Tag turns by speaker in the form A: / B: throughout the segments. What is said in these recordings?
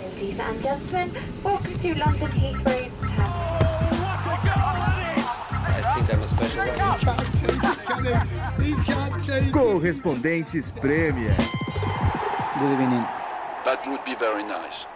A: Ladies and gentlemen, welcome to London Heathrow Terminal.
B: Correspondentes Prêmio.
C: That would be very nice.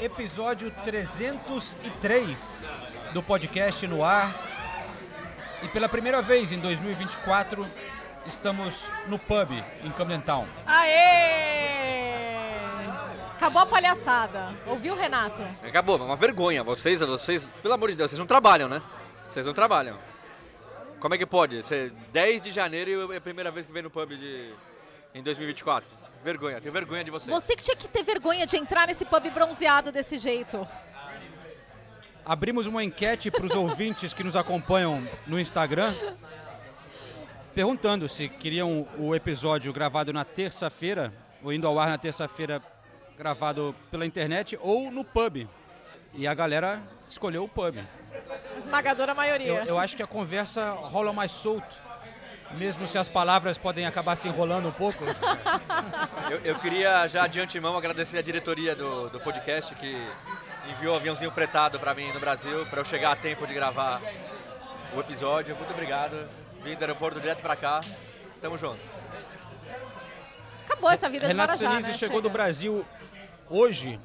D: Episódio 303 do podcast no ar. E pela primeira vez em 2024, estamos no pub em Camden Town.
E: Aê! Acabou a palhaçada. Ouviu, Renato?
F: Acabou, é uma vergonha. Vocês, vocês, pelo amor de Deus, vocês não trabalham, né? Vocês não trabalham. Como é que pode? Cê- 10 de janeiro e eu- é a primeira vez que vem no pub de, em 2024. Vergonha, tenho vergonha de vocês.
E: Você que tinha que ter vergonha de entrar nesse pub bronzeado desse jeito.
D: Abrimos uma enquete para os ouvintes que nos acompanham no Instagram, perguntando se queriam o episódio gravado na terça-feira, ou indo ao ar na terça-feira, gravado pela internet, ou no pub. E a galera escolheu o pub.
E: Esmagadora
D: Eu,
E: maioria.
D: eu acho que a conversa rola mais solto, mesmo se as palavras podem acabar se enrolando um pouco.
F: Eu, eu queria já de antemão agradecer a diretoria do, do podcast que enviou um aviãozinho fretado pra mim no Brasil, pra eu chegar a tempo de gravar o episódio. Muito obrigado. Vim do aeroporto direto pra cá. Tamo junto.
E: Acabou essa vida
D: Renato
E: de Marajá,
D: Sinise
E: né?
D: chegou do
E: Chega.
D: Brasil hoje.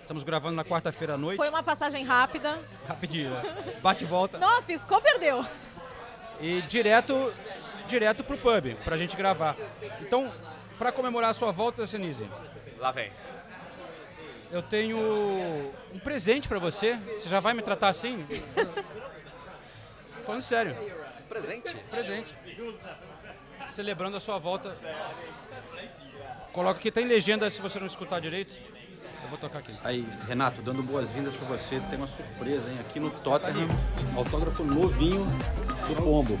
D: Estamos gravando na quarta-feira à noite.
E: Foi uma passagem rápida.
D: Rapidinho, né? bate e volta.
E: Não, piscou, perdeu.
D: E direto, direto pro pub, pra gente gravar. Então, pra comemorar a sua volta, Sinise,
F: Lá vem.
D: eu tenho um presente pra você. Você já vai me tratar assim? Falando sério,
F: Presente?
D: presente. Celebrando a sua volta. Coloca aqui, tem legenda se você não escutar direito. Eu vou tocar aqui.
G: Aí, Renato, dando boas-vindas pra você. Tem uma surpresa, hein? Aqui no Tottenham, autógrafo novinho do Pombo.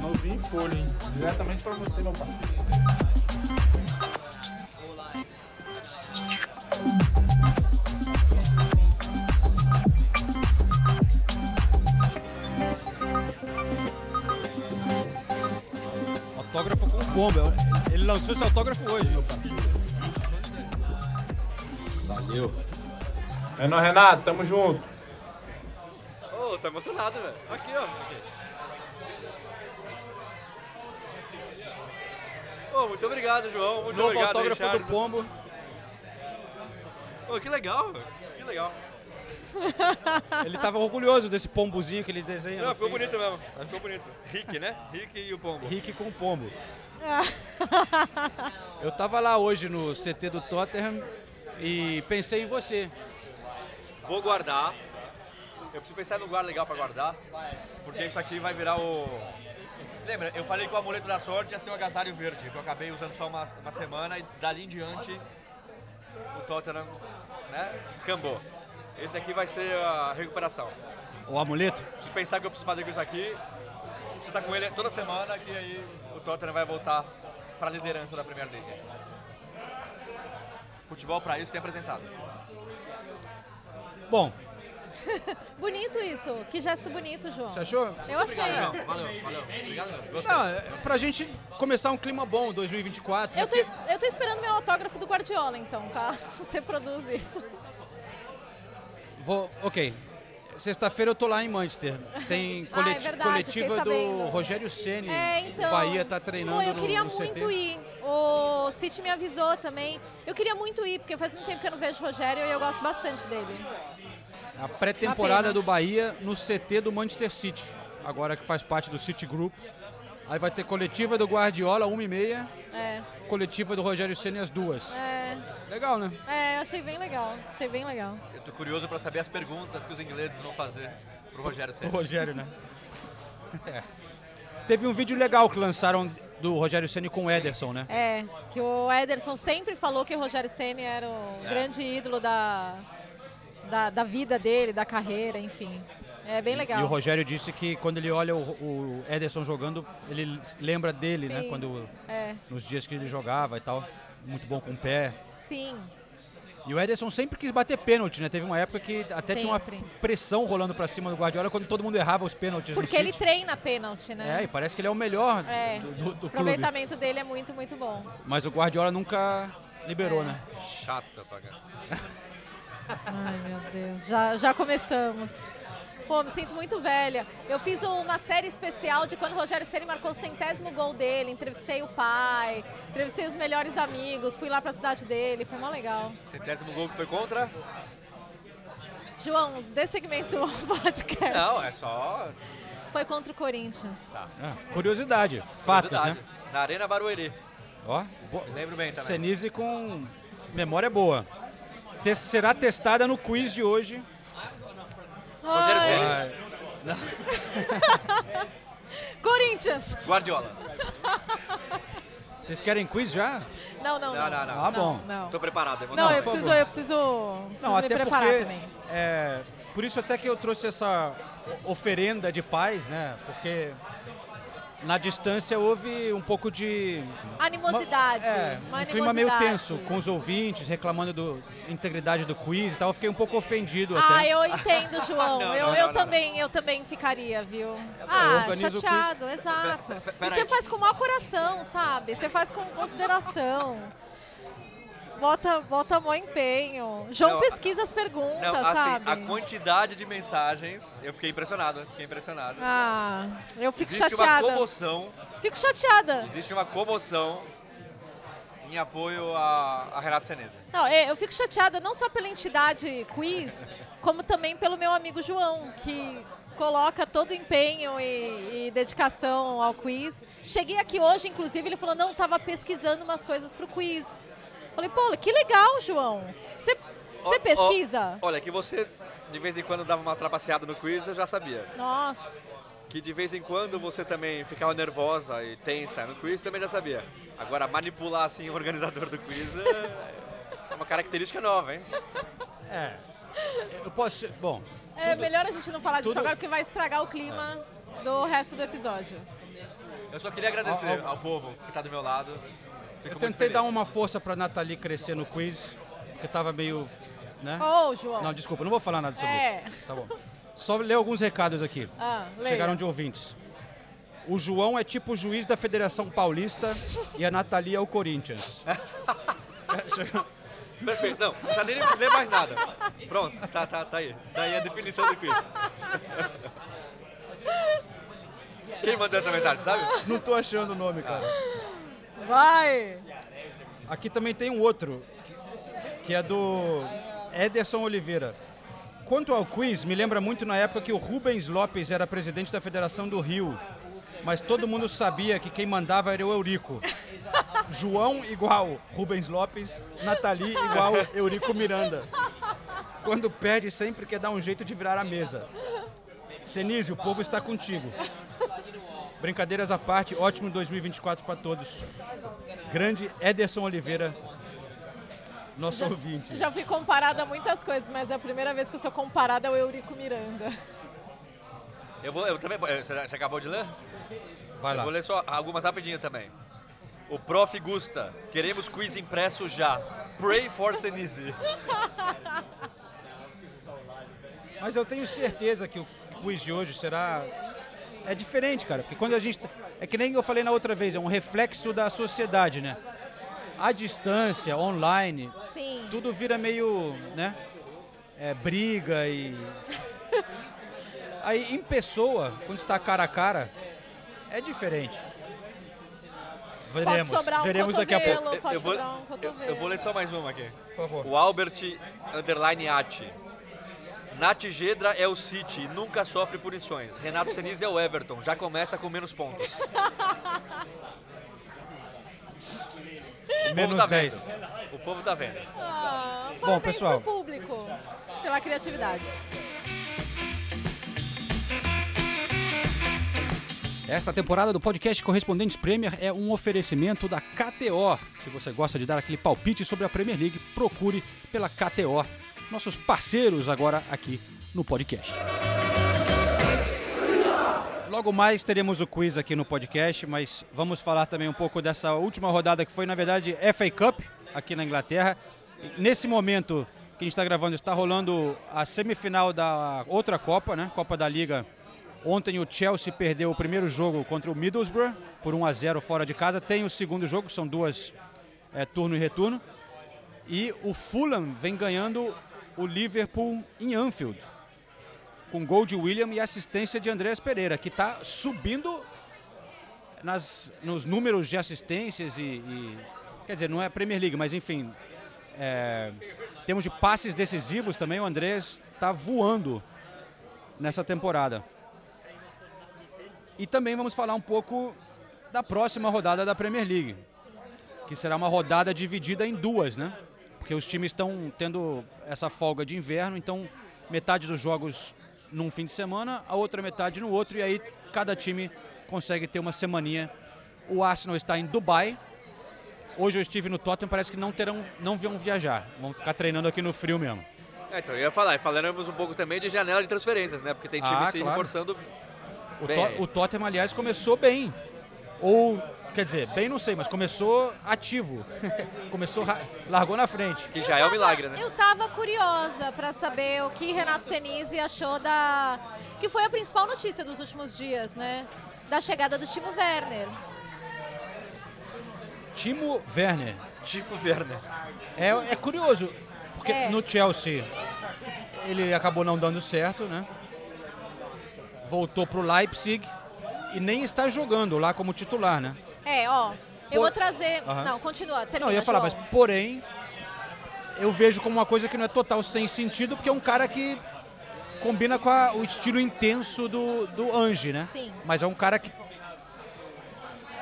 D: Autógrafo com bomba. Ele lançou esse autógrafo hoje.
G: Valeu.
H: É nóis, Renato, tamo junto.
F: Ô, tô emocionado, velho. Aqui, ó. Ô, muito obrigado, João. Muito
D: Novo
F: obrigado,
D: autógrafo
F: Richardson.
D: do Pombo.
F: Ô, que legal, velho. Que legal.
D: Ele tava orgulhoso desse pombozinho que ele desenha.
F: Não,
D: no
F: ficou
D: fim.
F: bonito mesmo. Ficou bonito. Rick, né? Rick e o Pombo.
D: Rick com pombo. Eu tava lá hoje no CT do Tottenham e pensei em você.
F: Vou guardar. Eu preciso pensar num guarda legal pra guardar. Porque isso aqui vai virar o. Lembra, eu falei que o amuleto da sorte ia ser o agasalho verde, que eu acabei usando só uma, uma semana e dali em diante o Tottenham, né? Descambou. Esse aqui vai ser a recuperação.
D: O amuleto?
F: Preciso pensar o que eu preciso fazer com isso aqui. Preciso estar com ele toda semana, que aí o Tottenham vai voltar pra liderança da Premier League. Futebol pra isso tem apresentado.
D: Bom,
E: Bonito isso. Que gesto bonito, João.
D: você achou?
E: Eu achei.
F: Obrigado, João. Valeu, valeu. Obrigado, mesmo. Gostei.
D: Não, é pra gente começar um clima bom 2024.
E: Eu tô, es- eu tô esperando meu autógrafo do Guardiola, então, tá? Você produz isso.
D: Vou, ok. Sexta-feira eu tô lá em Manchester. Tem
E: Ah, é
D: coleti-
E: verdade,
D: coletiva
E: fiquei
D: do
E: sabendo.
D: Rogério Ceni.
E: É, então.
D: O Bahia tá treinando
E: Pô, eu
D: no-
E: queria
D: no
E: muito
D: CT.
E: ir. O City me avisou também. Eu queria muito ir, porque faz muito tempo que eu não vejo o Rogério e eu gosto bastante dele.
D: A
E: Uma
D: pré-temporada
E: pena.
D: do Bahia no CT do Manchester City, agora que faz parte do City Group. Aí vai ter coletiva do Guardiola, 1h30,
E: É,
D: coletiva do Rogério Ceni às duas.
E: é,
D: Legal, né?
E: é, achei bem legal. Achei bem legal.
F: Eu tô curioso pra saber as perguntas que os ingleses vão fazer pro Rogério
D: O
F: Ceni.
D: Rogério, né? É. Teve um vídeo legal que lançaram do Rogério Ceni com o Ederson, né?
E: É, que o Ederson sempre falou que o Rogério Ceni era
D: É.
E: o grande ídolo da, da, da vida dele, da carreira, enfim. É bem legal.
D: E o Rogério disse que quando ele olha o, o Ederson jogando, ele lembra dele, né?
E: Sim.
D: Quando,
E: É,
D: nos dias que ele jogava e tal. Muito bom com o pé.
E: sim.
D: E o Ederson sempre quis bater pênalti, né? Teve uma época que até tinha uma
E: Sempre.
D: pressão rolando pra cima do Guardiola quando todo mundo errava os pênaltis. no
E: Porque ele
D: City.
E: treina pênalti, né?
D: É, e parece que ele é o melhor
E: É.
D: do, do, do
E: o
D: clube.
E: aproveitamento dele é muito, muito bom.
D: Mas o Guardiola nunca liberou,
E: É.
D: né?
F: Chata pra caramba.
E: Ai, meu Deus. Já, já começamos. Pô, me sinto muito velha. Eu fiz uma série especial de quando o Rogério Ceni marcou o centésimo gol dele. Entrevistei o pai, entrevistei os melhores amigos, fui lá pra cidade dele, foi mó legal.
F: Centésimo gol que foi contra?
E: João, dê segmento ao podcast.
F: Não, é só.
E: Foi contra o Corinthians.
D: É. Curiosidade, fatos,
F: curiosidade.
D: né?
F: Na Arena Barueri.
D: Ó, bo-
F: Lembro bem também.
D: Senise com memória boa. Te- será testada no quiz de hoje.
F: Rogério
E: Ai,
F: Ceni,
D: Ah,
E: Corinthians!
F: Guardiola.
D: vocês querem quiz já?
E: Não, não,
F: Não,
E: não.
F: não, não.
D: Ah, bom.
E: Não,
F: Tô preparado, é você.
E: Não,
D: Não,
E: eu
D: por
E: preciso,
D: favor.
E: eu preciso, preciso me preparar também.
D: é, por isso até que eu trouxe essa o- oferenda de paz, né? Porque na distância houve um pouco de
E: Animosidade.
D: Uma- é,
E: uma
D: um clima meio
E: animosidade.
D: tenso com os ouvintes reclamando do integridade do quiz e tal. Eu fiquei um pouco ofendido
E: Ah,
D: até.
E: eu entendo, João.
F: Não,
E: eu
F: não,
E: eu
F: não, não,
E: também, eu também ficaria, viu? Ah,
D: organizo o
E: chateado, exato.
F: Pe- pe-
E: E
F: pera
E: você
F: aí.
E: faz com o maior coração, sabe? Você faz com consideração. Bota, bota mó empenho. João
F: Não,
E: pesquisa as perguntas,
F: Não, assim,
E: sabe?
F: a quantidade de mensagens, eu fiquei impressionado, fiquei impressionado.
E: Ah, eu fico
F: existe
E: chateada.
F: uma comoção,
E: Fico chateada.
F: existe uma comoção em apoio a, a Renato Seneza.
E: Não, é, eu fico chateada não só pela entidade quiz, como também pelo meu amigo João, que coloca todo o empenho e, e dedicação ao quiz. Cheguei aqui hoje, inclusive, ele falou, não, estava pesquisando umas coisas pro quiz. Falei, pô, que legal, João. Você
F: Ó, ó,
E: pesquisa?
F: olha, que você de vez em quando dava uma trapaceada no quiz, eu já sabia.
E: Nossa.
F: Que de vez em quando você também ficava nervosa e tensa no quiz, também já sabia. Agora, manipular assim o organizador do quiz é, é uma característica nova, hein?
D: Eu posso. Bom,
E: É melhor a gente não falar disso
D: tudo- É.
E: agora, porque vai estragar o clima do resto do episódio.
F: Eu só queria agradecer
D: Ó,
F: ao povo que tá do meu lado. Fico
D: eu
F: muito
D: tentei dar
F: feliz.
D: uma força pra Nathalie crescer no quiz, porque tava meio. né?
E: Ô, João.
D: Não, desculpa, não vou falar nada sobre
E: Oh. É.
D: isso. Tá bom. Só ler alguns recados aqui.
E: Ah, leia.
D: Chegaram de ouvintes. O João é tipo o juiz da Federação Paulista e a Nathalie é o Corinthians.
F: Perfeito, não, já nem ler mais nada. Pronto, tá, tá, tá aí. Tá aí a definição do quiz. Quem mandou essa mensagem, sabe?
D: Não tô achando o nome, cara.
E: Vai.
D: Aqui também tem um outro, que é do Ederson Oliveira. Quanto ao quiz, me lembra muito na época que o Rubens Lopes era presidente da Federação do Rio, mas todo mundo sabia que quem mandava era o Eurico. João igual Rubens Lopes, Nathalie igual Eurico Miranda. Quando perde, sempre quer dar um jeito de virar a mesa. Senise, o povo está contigo. Brincadeiras à parte, ótimo 2024 para todos. Grande Ederson Oliveira, nosso ouvinte.
E: Já fui comparada a muitas coisas, mas é a primeira vez que eu sou comparada ao Eurico Miranda.
F: Eu vou, eu também. eh, Você você acabou de ler?
D: Vai
F: Eu
D: lá.
F: vou ler só algumas rapidinho também. O Prof. Gusta, queremos quiz impresso já. Pray for Senise.
D: Mas eu tenho certeza que o quiz de hoje será. É diferente, cara, porque quando a gente. É que nem eu falei na outra vez, é um reflexo da sociedade, né? A distância, online,
E: Sim.
D: tudo vira meio, né? É, briga e. Aí em pessoa, quando está cara a cara, é diferente.
E: Pode
D: Veremos,
E: sobrar um
D: veremos daqui a pouco.
E: cotovelo, pode
F: vou,
E: sobrar um
F: eu,
E: cotovelo.
F: eu vou ler só mais uma aqui.
D: Por favor.
F: O Albert Underline Ati. Nath Gedra é o City e nunca sofre punições. Renato Senise é o Everton, já começa com menos pontos. O povo
D: Menos
F: tá
D: 10.
F: vendo. O povo tá vendo.
E: Ah, parabéns
D: Bom, pessoal.
E: pro público pela criatividade.
D: Esta temporada do podcast Correspondentes Premier é um oferecimento da KTO. Se você gosta de dar aquele palpite sobre a Premier League, procure pela KTO, nossos parceiros agora aqui no podcast. Logo mais teremos o quiz aqui no podcast, mas vamos falar também um pouco dessa última rodada que foi, na verdade, FA Cup aqui na Inglaterra. E Nesse momento que a gente está gravando, está rolando a semifinal da outra Copa, né? Copa da Liga. Ontem o Chelsea perdeu o primeiro jogo contra o Middlesbrough por 1 a 0 fora de casa. Tem o segundo jogo, são duas eh, turno e retorno. E o Fulham vem ganhando o Liverpool em Anfield com gol de William e assistência de Andrés Pereira, que está subindo nas, nos números de assistências e, e- Quer dizer, não é a Premier League, mas enfim. é, temos de passes decisivos também, o Andrés está voando nessa temporada. E também vamos falar um pouco da próxima rodada da Premier League, que será uma rodada dividida em duas, né? Porque os times estão tendo essa folga de inverno, então metade dos jogos num fim de semana, a outra metade no outro, e aí cada time consegue ter uma semaninha. O Arsenal está em Dubai. Hoje eu estive no Tottenham, parece que não terão, não vão viajar, vão ficar treinando aqui no frio mesmo.
F: É, então, eu ia falar, e falaremos um pouco também de janela de transferências, né? Porque tem time
D: Ah,
F: se
D: claro.
F: reforçando.
D: O,
F: Bem,
D: To- o Tottenham, aliás, começou bem. Ou, quer dizer, bem não sei, mas começou ativo. começou, ra- largou na frente.
F: que
E: Eu
F: já é um
E: tava-
F: milagre, né?
E: Eu tava curiosa pra saber o que Renato Senise achou da. que foi a principal notícia dos últimos dias, né? Da chegada do Timo Werner.
D: Timo Werner.
F: Tipo Werner.
D: É, é curioso, porque
E: É.
D: no Chelsea ele acabou não dando certo, né? Voltou pro Leipzig e nem está jogando lá como titular, né?
E: É, ó. Eu
D: Pô-
E: vou trazer.
D: Aham.
E: Não, continua. Termina,
D: Não, eu ia falar, mas
E: João.
D: porém, eu vejo como uma coisa que não é total sem sentido, porque é um cara que combina com a- o estilo intenso do, do Ange, né?
E: Sim.
D: Mas é um cara que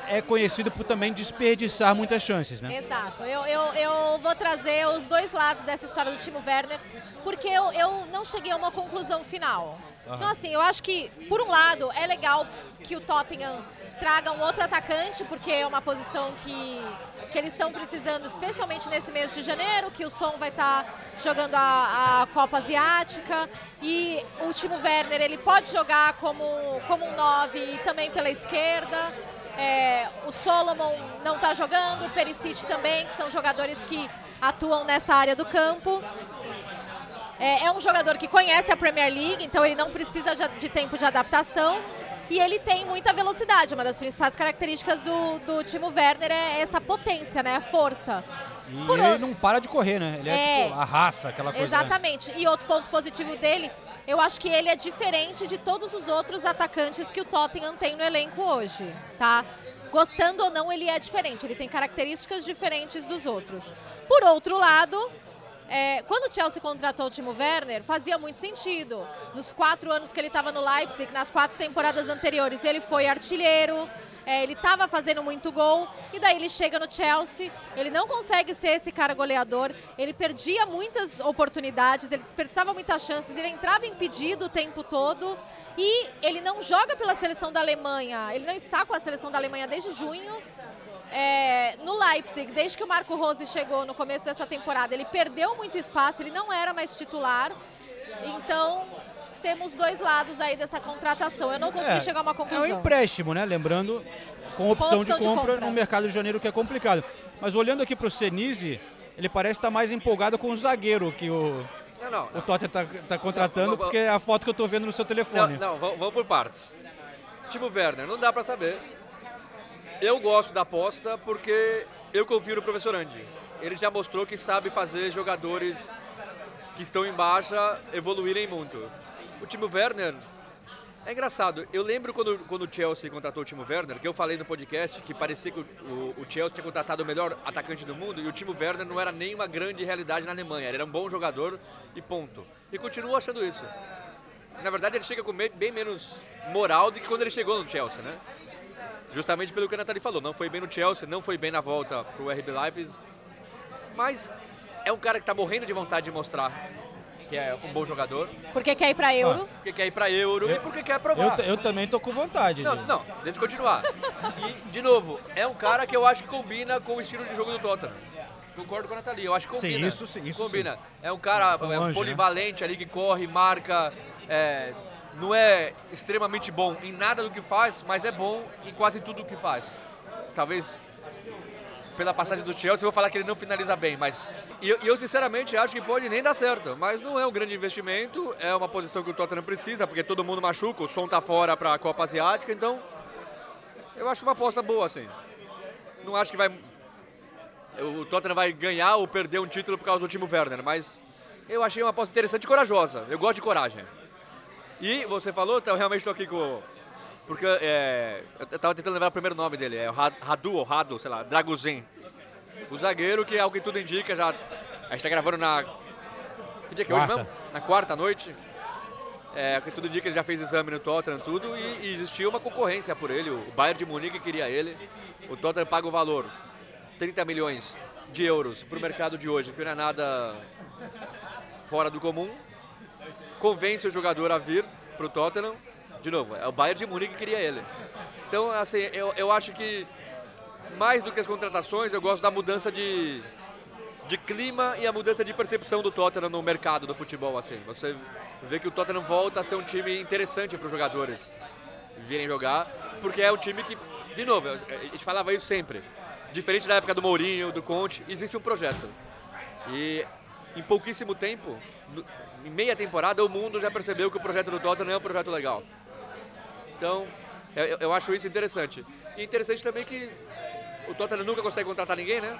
D: é conhecido por também desperdiçar muitas chances, né?
E: Exato. Eu, eu, eu vou trazer os dois lados dessa história do Timo Werner, porque eu, eu não cheguei a uma conclusão final. Então, assim, eu acho que, por um lado, é legal que o Tottenham traga um outro atacante, porque é uma posição que, que eles estão precisando, especialmente nesse mês de janeiro, que o Som vai estar jogando a, a Copa Asiática. E o Timo Werner, ele pode jogar como, como um 9 e também pela esquerda. É, o Solomon não está jogando, o Perisic também, que são jogadores que atuam nessa área do campo. É, é um jogador que conhece a Premier League, então ele não precisa de, de tempo de adaptação. E ele tem muita velocidade. Uma das principais características do, do Timo Werner é essa potência, né? A força.
D: E
E: Por
D: ele
E: outro-
D: não para de correr, né? Ele é,
E: É.
D: tipo a raça, aquela coisa. né?
E: Exatamente. E outro ponto positivo dele, eu acho que ele é diferente de todos os outros atacantes que o Tottenham tem no elenco hoje, tá? Gostando ou não, ele é diferente. Ele tem características diferentes dos outros. Por outro lado, é, quando o Chelsea contratou o Timo Werner, fazia muito sentido. Nos quatro anos que ele estava no Leipzig, nas quatro temporadas anteriores, ele foi artilheiro. É, ele estava fazendo muito gol e daí ele chega no Chelsea, ele não consegue ser esse cara goleador, ele perdia muitas oportunidades, ele desperdiçava muitas chances, ele entrava impedido o tempo todo e ele não joga pela seleção da Alemanha, ele não está com a seleção da Alemanha desde junho. É, no Leipzig, desde que o Marco Rose chegou no começo dessa temporada, ele perdeu muito espaço, ele não era mais titular. Então, temos dois lados aí dessa contratação. Eu não consegui
D: É,
E: chegar a uma conclusão.
D: É um empréstimo, né? Lembrando, com opção,
E: opção
D: de,
E: de
D: compra
E: compra.
D: no mercado de janeiro, que é complicado. Mas olhando aqui pro Senise, ele parece estar mais empolgado com o zagueiro que o,
F: Não, não.
D: o Tottenham tá, tá contratando,
F: Não, não, não.
D: porque é a foto que eu tô vendo no seu
F: Não,
D: telefone.
F: não, vamos, vamos por partes. Tipo Werner, não dá pra saber. Eu gosto da aposta porque eu confio no professor Andy. Ele já mostrou que sabe fazer jogadores que estão em baixa evoluírem muito. O Timo Werner é engraçado. Eu lembro quando, quando o Chelsea contratou o Timo Werner, que eu falei no podcast que parecia que o, o- o Chelsea tinha contratado o melhor atacante do mundo e o Timo Werner não era nem uma grande realidade na Alemanha. Ele era um bom jogador e ponto. E continuo achando isso. Na verdade, ele chega com me- bem menos moral do que quando ele chegou no Chelsea, né? Justamente pelo que a Nathalie falou. Não foi bem no Chelsea, não foi bem na volta pro RB Leipzig. Mas é um cara que tá morrendo de vontade de mostrar que é um bom jogador.
E: Porque quer ir pra Euro.
F: Porque quer ir pra Euro e porque quer provar.
D: Eu, t- eu também tô com vontade.
F: Não,
D: de-
F: não, deixa eu continuar. E, de novo, é um cara que eu acho que combina com o estilo de jogo do Tottenham. Concordo com a Nathalie, eu acho que
D: Sim,
F: combina.
D: isso sim, isso
F: Combina. É um cara é um
D: anjo, né?
F: polivalente ali que corre, marca, é, não é extremamente bom em nada do que faz, mas é bom em quase tudo o que faz. Talvez pela passagem do Chelsea eu vou falar que ele não finaliza bem, mas e eu, e eu, sinceramente acho que pode nem dar certo, mas não é um grande investimento, é uma posição que o Tottenham precisa, porque todo mundo machuca, o som tá fora para a Copa Asiática, então eu acho uma aposta boa assim. Não acho que vai o Tottenham vai ganhar ou perder um título por causa do time Werner, mas eu achei uma aposta interessante e corajosa. Eu gosto de coragem. E você falou, então, eu realmente estou aqui com. o- Porque é, eu estava tentando lembrar o primeiro nome dele, é o Ra- Radu ou Rado, sei lá, Draguzin. O zagueiro que, ao que tudo indica, já. A gente está gravando na. Que dia que é hoje
H: Quarta.
F: mesmo? Na quarta noite. É, ao que tudo indica, ele já fez exame no Tottenham tudo, e, e existia uma concorrência por ele. O Bayern de Munique queria ele, o Tottenham paga o valor. 30 milhões de euros para o mercado de hoje, que não é nada fora do comum. Convence o jogador a vir para o Tottenham. De novo, é o Bayern de Munique que queria ele. Então, assim, eu, eu acho que mais do que as contratações, eu gosto da mudança de, de clima e a mudança de percepção do Tottenham no mercado do futebol. Assim. Você vê que o Tottenham volta a ser um time interessante para os jogadores virem jogar, porque é um time que, de novo, a gente falava isso sempre. Diferente da época do Mourinho, do Conte, existe um projeto. E em pouquíssimo tempo, no- em meia temporada, o mundo já percebeu que o projeto do Tottenham é um projeto legal. Então, eu, eu acho isso interessante. E interessante também que o Tottenham nunca consegue contratar ninguém, né?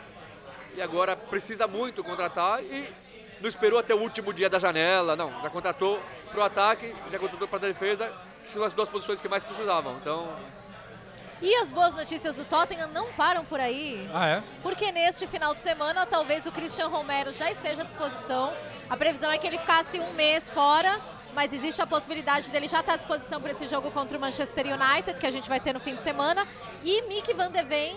F: E agora precisa muito contratar e não esperou até o último dia da janela, não. Já contratou pro ataque, já contratou para defesa, que são as duas posições que mais precisavam. Então,
E: E as boas notícias do Tottenham não param por aí.
D: Ah, é?
E: Porque neste final de semana, talvez o Christian Romero já esteja à disposição. A previsão é que ele ficasse um mês fora, mas existe a possibilidade dele já estar à disposição para esse jogo contra o Manchester United, que a gente vai ter no fim de semana. E Mick Van de Ven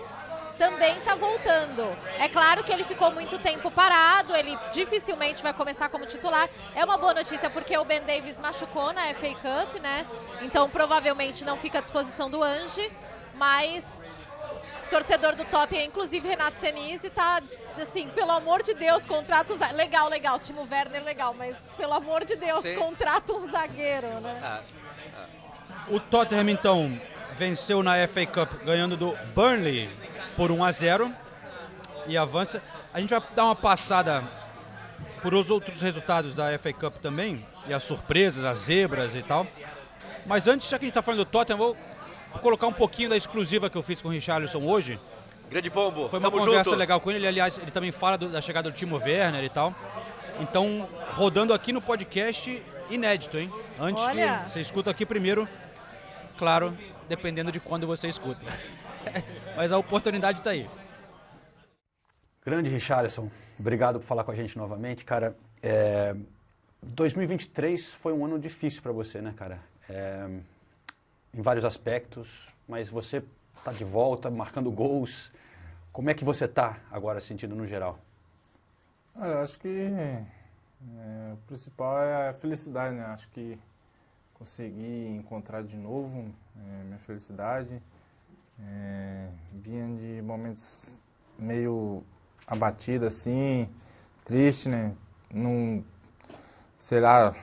E: também está voltando. É claro que ele ficou muito tempo parado, ele dificilmente vai começar como titular. É uma boa notícia porque o Ben Davis machucou na FA Cup, né? Então provavelmente não fica à disposição do Ange, mas torcedor do Tottenham, inclusive Renato Senise, tá assim, pelo amor de Deus, contrata um zagueiro. Legal, legal, Timo Werner, legal, mas pelo amor de Deus,
F: Sim.
E: contrata um zagueiro, né?
F: ah,
D: O Tottenham, então, venceu na FA Cup ganhando do Burnley por 1 a 0 e avança. A gente vai dar uma passada por os outros resultados da FA Cup também, e as surpresas, as zebras e tal. Mas antes, já que a gente está falando do Tottenham, vou colocar um pouquinho da exclusiva que eu fiz com o Richarlison hoje.
F: grande pombo.
D: Foi uma
F: Tamo
D: conversa
F: junto.
D: legal com ele. Ele, aliás, ele também fala do- da chegada do Timo Werner e tal. Então, rodando aqui no podcast, inédito, hein? Antes
E: Olha.
D: de. Você escuta aqui primeiro, claro, dependendo de quando você escuta. Mas a oportunidade tá aí.
I: Grande Richarlison, obrigado por falar com a gente novamente, cara. É, 2023 foi um ano difícil para você, né, cara? É, Em vários aspectos, mas você tá de volta, marcando gols. Como é que você tá agora, sentindo no geral?
J: Olha, eu acho que é, o principal é a felicidade, né? Acho que consegui encontrar de novo é, minha felicidade. É, vinha de momentos meio abatido, assim, triste, né? Não, sei lá,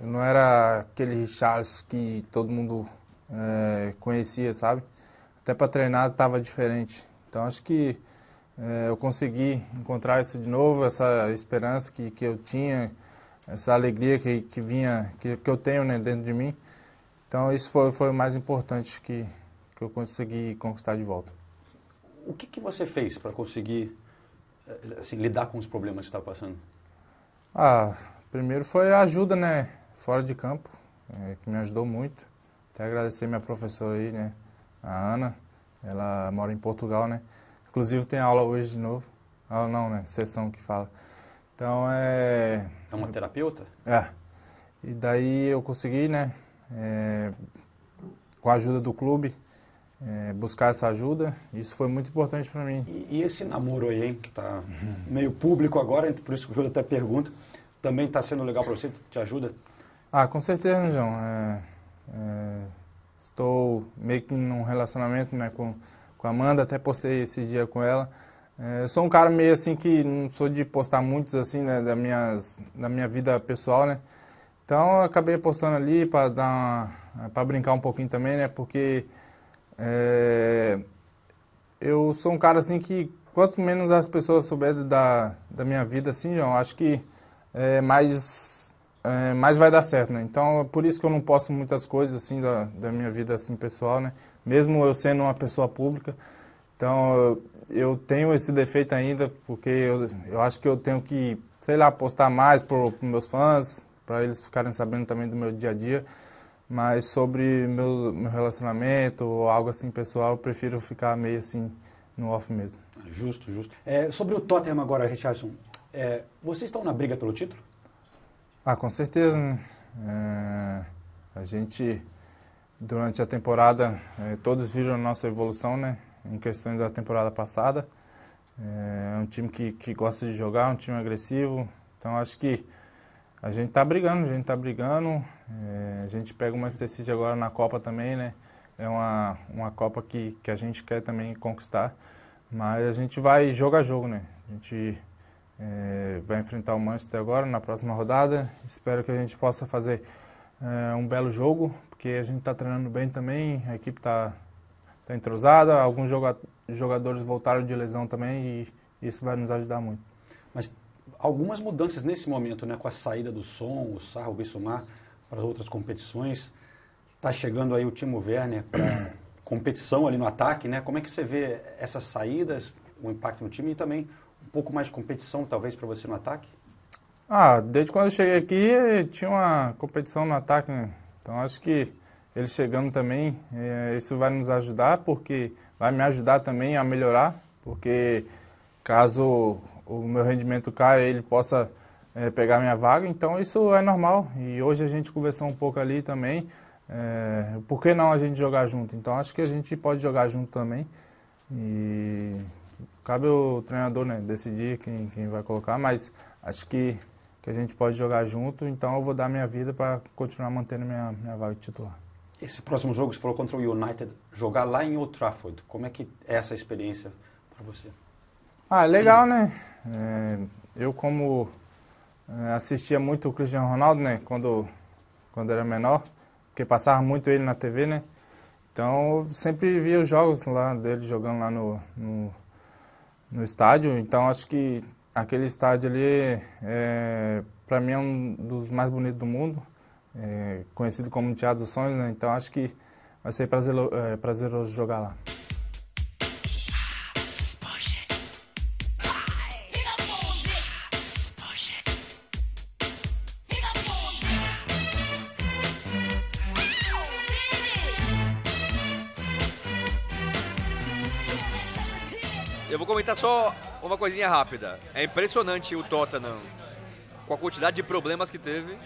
J: eu não era aquele Richarlison que todo mundo é, conhecia, sabe? Até para treinar estava diferente. Então acho que é, eu consegui encontrar isso de novo, essa esperança que, que eu tinha, essa alegria que, que vinha, que, que eu tenho né, dentro de mim. Então isso foi, foi o mais importante que, que eu consegui conquistar de volta.
I: O que, que você fez para conseguir eh, assim, lidar com os problemas que está passando?
J: Ah, primeiro foi a ajuda, né, fora de campo, eh, que me ajudou muito. Até agradecer minha professora aí, né, a Ana. Ela mora em Portugal, né. Inclusive tem aula hoje de novo. Aula não, né, sessão que fala. Então é...
I: É uma terapeuta?
J: É. E daí eu consegui, né, é, com a ajuda do clube, é, buscar essa ajuda. Isso foi muito importante para mim.
I: E, e esse namoro aí, hein, que tá meio público agora, por isso que eu até pergunto, também está sendo legal para você? Te ajuda?
J: Ah, com certeza, né, João. É, é, estou meio que num relacionamento, né, com, com a Amanda, até postei esse dia com ela. É, eu sou um cara meio assim que não sou de postar muitos assim, né, da minhas da minha vida pessoal, né? Então eu acabei apostando ali para dar para brincar um pouquinho também, né? Porque é, eu sou um cara assim que quanto menos as pessoas souberem da, da minha vida assim, João, acho que é, mais é, mais vai dar certo, né? Então é por isso que eu não posto muitas coisas assim da, da minha vida assim pessoal, né? Mesmo eu sendo uma pessoa pública, então eu, eu tenho esse defeito ainda porque eu, eu acho que eu tenho que sei lá postar mais para meus fãs, para eles ficarem sabendo também do meu dia a dia. Mas sobre meu, meu relacionamento ou algo assim pessoal, eu prefiro ficar meio assim no off mesmo.
I: Justo, justo. É, sobre o Tottenham agora, Richardson, é, vocês estão na briga pelo título?
J: Ah, com certeza. né? É, a gente, durante a temporada, é, todos viram a nossa evolução, né? Em questões da temporada passada. É, é um time que, que gosta de jogar, é um time agressivo. Então, acho que a gente tá brigando, a gente tá brigando. É, a gente pega o Manchester City agora na Copa também, né? É uma, uma Copa que, que a gente quer também conquistar. Mas a gente vai jogo a jogo, né? A gente é, vai enfrentar o Manchester agora na próxima rodada. Espero que a gente possa fazer é, um belo jogo, porque a gente está treinando bem também, a equipe está tá entrosada, alguns joga- jogadores voltaram de lesão também e isso vai nos ajudar muito.
I: Mas algumas mudanças nesse momento, né? Com a saída do Som, o Sarro, o Bissumar para as outras competições. Tá chegando aí o Timo Werner para competição ali no ataque, né? Como é que você vê essas saídas, o impacto no time e também um pouco mais de competição, talvez, para você no ataque?
J: Ah, desde quando eu cheguei aqui tinha uma competição no ataque, né? Então acho que ele chegando também, eh, isso vai nos ajudar, porque vai me ajudar também a melhorar, porque caso o meu rendimento caia, ele possa eh, pegar minha vaga, então isso é normal. E hoje a gente conversou um pouco ali também, eh, por que não a gente jogar junto? Então acho que a gente pode jogar junto também. E cabe o treinador né, decidir quem, quem vai colocar, mas acho que, que a gente pode jogar junto, então eu vou dar minha vida para continuar mantendo minha, minha vaga de titular.
I: Esse próximo jogo, você falou contra o United, jogar lá em Old Trafford. Como é que é essa experiência para você?
J: Ah, legal, né? É, eu como é, assistia muito o Cristiano Ronaldo, né? Quando, quando era menor, porque passava muito ele na TV, né? Então eu sempre via os jogos lá dele jogando lá no, no, no estádio. Então acho que aquele estádio ali é para mim é um dos mais bonitos do mundo, é, conhecido como Teatro dos Sonhos, né? Então acho que vai ser prazelo- é, prazeroso jogar lá.
F: Eu vou comentar só uma coisinha rápida. É impressionante o Tottenham com a quantidade de problemas que teve.